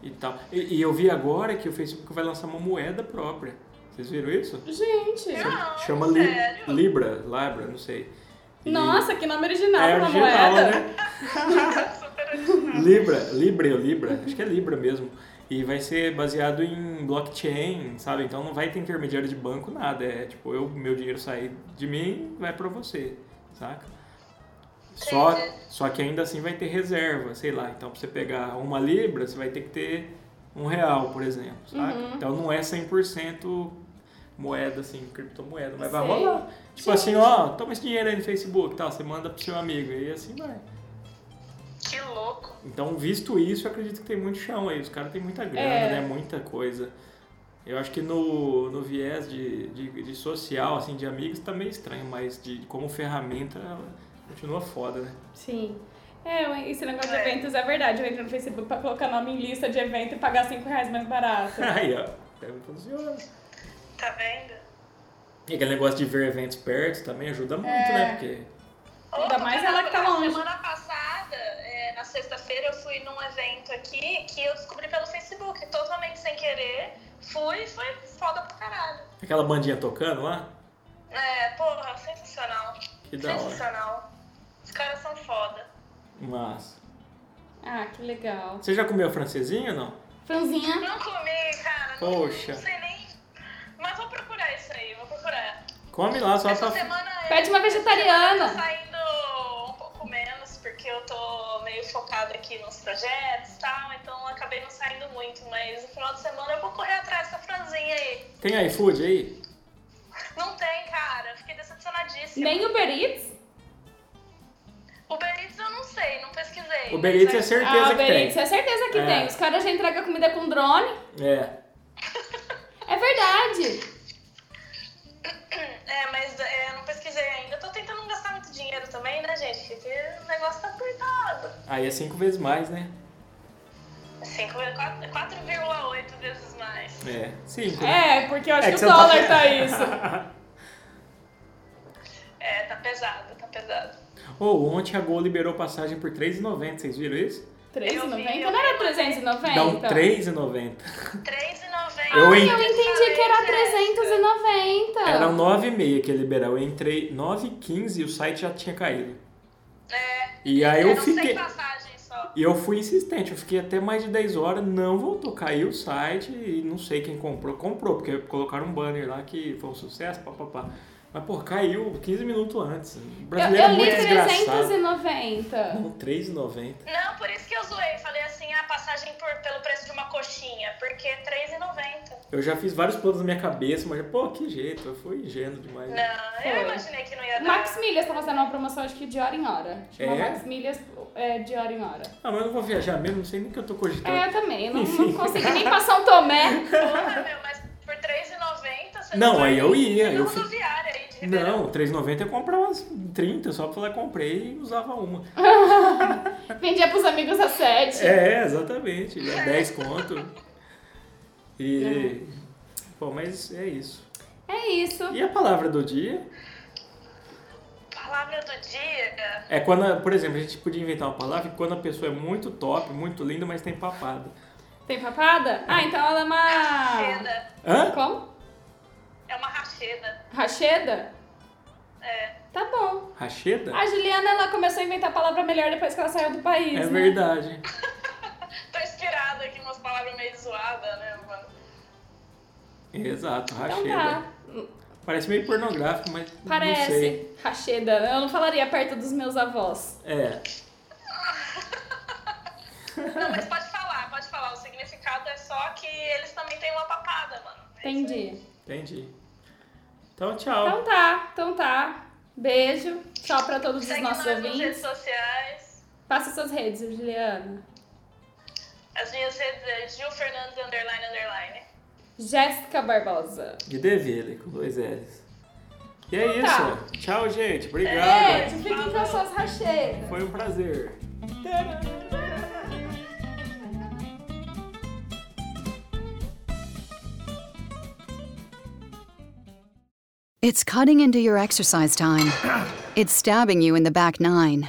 B: e tal. E, e eu vi agora que o Facebook vai lançar uma moeda própria. Vocês viram isso?
C: Gente!
A: não,
B: Chama Li-
A: sério.
B: Libra, Libra, não sei. E-
C: Nossa, que nome original
B: é
C: pra
B: original,
C: moeda.
B: né?
A: Tá Super original.
B: Libra, Libra ou Libra, acho que é Libra mesmo. E vai ser baseado em blockchain, sabe? Então não vai ter intermediário de banco, nada. É tipo, eu, meu dinheiro sai de mim, vai pra você, saca? Só,
A: Entendi.
B: só que ainda assim vai ter reserva, sei lá. Então pra você pegar uma Libra, você vai ter que ter um real, por exemplo, saca? Então não é 100% moeda, assim, criptomoeda, mas vai
C: Sei.
B: rolar. Tipo
C: Gente.
B: assim, ó, toma esse dinheiro aí no Facebook, tal, você manda pro seu amigo, e assim vai.
A: Que louco.
B: Então, visto isso, eu acredito que tem muito chão aí. Os caras têm muita grana,
C: É.
B: né? Muita coisa. Eu acho que no, no viés de, de, de social, assim, de amigos, tá meio estranho, mas de como ferramenta ela continua foda, né?
C: Sim. É, esse negócio de
A: É.
C: eventos é verdade. Eu entro no Facebook pra colocar nome em lista de evento e pagar 5 reais mais barato.
B: Aí, ó, é deve funcionar.
A: Tá vendo?
B: E aquele negócio de ver eventos perto também ajuda muito,
C: É.
B: né? Porque.
C: Ainda mais ela que tá
A: Na
C: longe.
A: Semana passada, é, na sexta-feira, eu fui num evento aqui que eu descobri pelo Facebook, totalmente sem querer. Fui, foi foda pra caralho.
B: Aquela bandinha tocando lá,
A: É, porra, sensacional.
B: Que da hora.
A: Sensacional. Os caras são foda.
B: mas.
C: Ah, que legal.
B: Você já comeu francesinho ou não?
C: Franzinha,
A: Não comi, cara. não-
B: Poxa.
A: Não sei nem. Mas vou procurar isso aí, vou procurar.
B: Come lá, só
A: Essa
B: pra.
A: semana
C: pede uma
A: tá
C: vegetariana.
A: saindo um pouco menos, porque eu tô meio focada aqui nos projetos e tal, então eu acabei não saindo muito, mas no final de semana eu vou correr atrás dessa franzinha aí.
B: Tem iFood aí?
A: Não tem, cara, fiquei decepcionadíssima.
C: Nem Uber Eats?
A: O Uber Eats eu não sei, não pesquisei.
B: O Beritz é
A: Mas-
B: certeza
C: ah,
B: que
C: Uber Eats,
B: tem.
C: é certeza que
B: É.
C: tem. Os caras já entregam comida com drone.
B: É.
C: É verdade.
A: É, mas é, eu não pesquisei ainda. Eu tô tentando não gastar muito dinheiro também, né, gente? Porque o negócio tá apertado.
B: Aí é cinco vezes mais, né?
A: Cinco- quatro- 4,8 vezes mais.
B: É. Cinco. né?
C: É, porque eu acho
B: É
C: que,
B: que
C: o
B: você
C: dólar
B: tá-
C: tá isso.
A: É, tá pesado, tá pesado.
B: Ou ontem a Gol liberou passagem por 3,90, vocês viram isso?
C: 3,90? Não era 390?
B: Dá um 3,90.
A: 3,90.
B: Eu
C: Ah,
B: en-
C: eu entendi que era
A: é.
C: 390.
B: Eram 9,6 que ia liberar. Eu entrei 9,15 e o site já tinha caído.
A: É.
B: E aí eu
A: Eram cem
B: fiquei.
A: passagens só.
B: E eu fui insistente, eu fiquei até mais de 10 horas, não voltou. Caiu o site e não sei quem comprou. Comprou, porque colocaram um banner lá que foi um sucesso, papapá. Mas, pô, caiu 15 minutos antes. O
C: Eu,
B: brasileiro
C: eu
B: é
C: li
B: muito desgraçado. um
C: 390.
B: Não, 3,90.
A: Não, por isso que eu zoei. Falei assim, a passagem por, pelo preço de uma coxinha. Porque é 3,90.
B: Eu já fiz vários planos na minha cabeça, mas, pô, que jeito, eu fui ingênuo demais. né?
A: Não,
C: Foi.
A: eu imaginei que não ia
C: O
A: dar.
C: Max Milhas tá fazendo uma promoção, acho que de hora em hora. Chama
B: É?
C: Max Milhas é, de hora em hora.
B: Ah, mas eu não vou viajar mesmo, não sei nem o que eu tô cogitando.
C: É, eu também. Eu não, não consegui nem passar um tomé.
A: Porra, meu, mas por 3,90 você
B: Não,
A: vai-
B: aí eu ia,
A: Na
B: eu fi-
A: rodoviária aí de Ribeirão.
B: Não, 3,90 eu comprava umas 30, só porque eu comprei e usava uma.
C: Assim? Vendia pros amigos a 7.
B: É, exatamente, é 10 conto. E. Bom, mas é isso.
C: É isso.
B: E a palavra do dia
A: Palavra do dia.
B: é quando, a- por exemplo, a gente podia inventar uma palavra que quando a pessoa é muito top, muito linda, mas tem papada.
C: Tem papada? Ah, então ela é uma.
A: Racheda.
B: Hã?
C: Como?
A: É uma racheda.
C: Racheda?
A: É.
C: Tá bom.
B: Racheda?
C: A Juliana, ela começou a inventar palavra melhor depois que ela saiu do país.
B: É
C: né?
B: verdade.
A: Tô inspirada aqui umas palavras meio zoadas, né, mano?
B: Exato,
C: Então
B: racheda.
C: tá.
B: Parece meio pornográfico, mas não sei.
C: Parece. Racheda. Eu não falaria perto dos meus avós.
B: É.
A: Não, mas pode falar, pode falar. O significado é só Só que eles também têm uma papada, mano. É isso aí.
C: Entendi.
B: Entendi. Então, tchau.
C: Então tá, então tá. Beijo. Tchau pra todos os
A: Segue
C: nossos
A: nós nas redes
C: ouvintes.
A: sociais.
C: Passa suas redes, Juliana.
A: As minhas redes é Gil Fernandes underline underline.
C: Jéssica Barbosa.
B: E Deville, com dois L's. E é
C: Então
B: isso. Tchau, gente. Obrigado.
C: Beijo, fiquem com as suas racheiras.
B: Foi um prazer.
D: It's cutting into your exercise time. It's stabbing you in the back nine.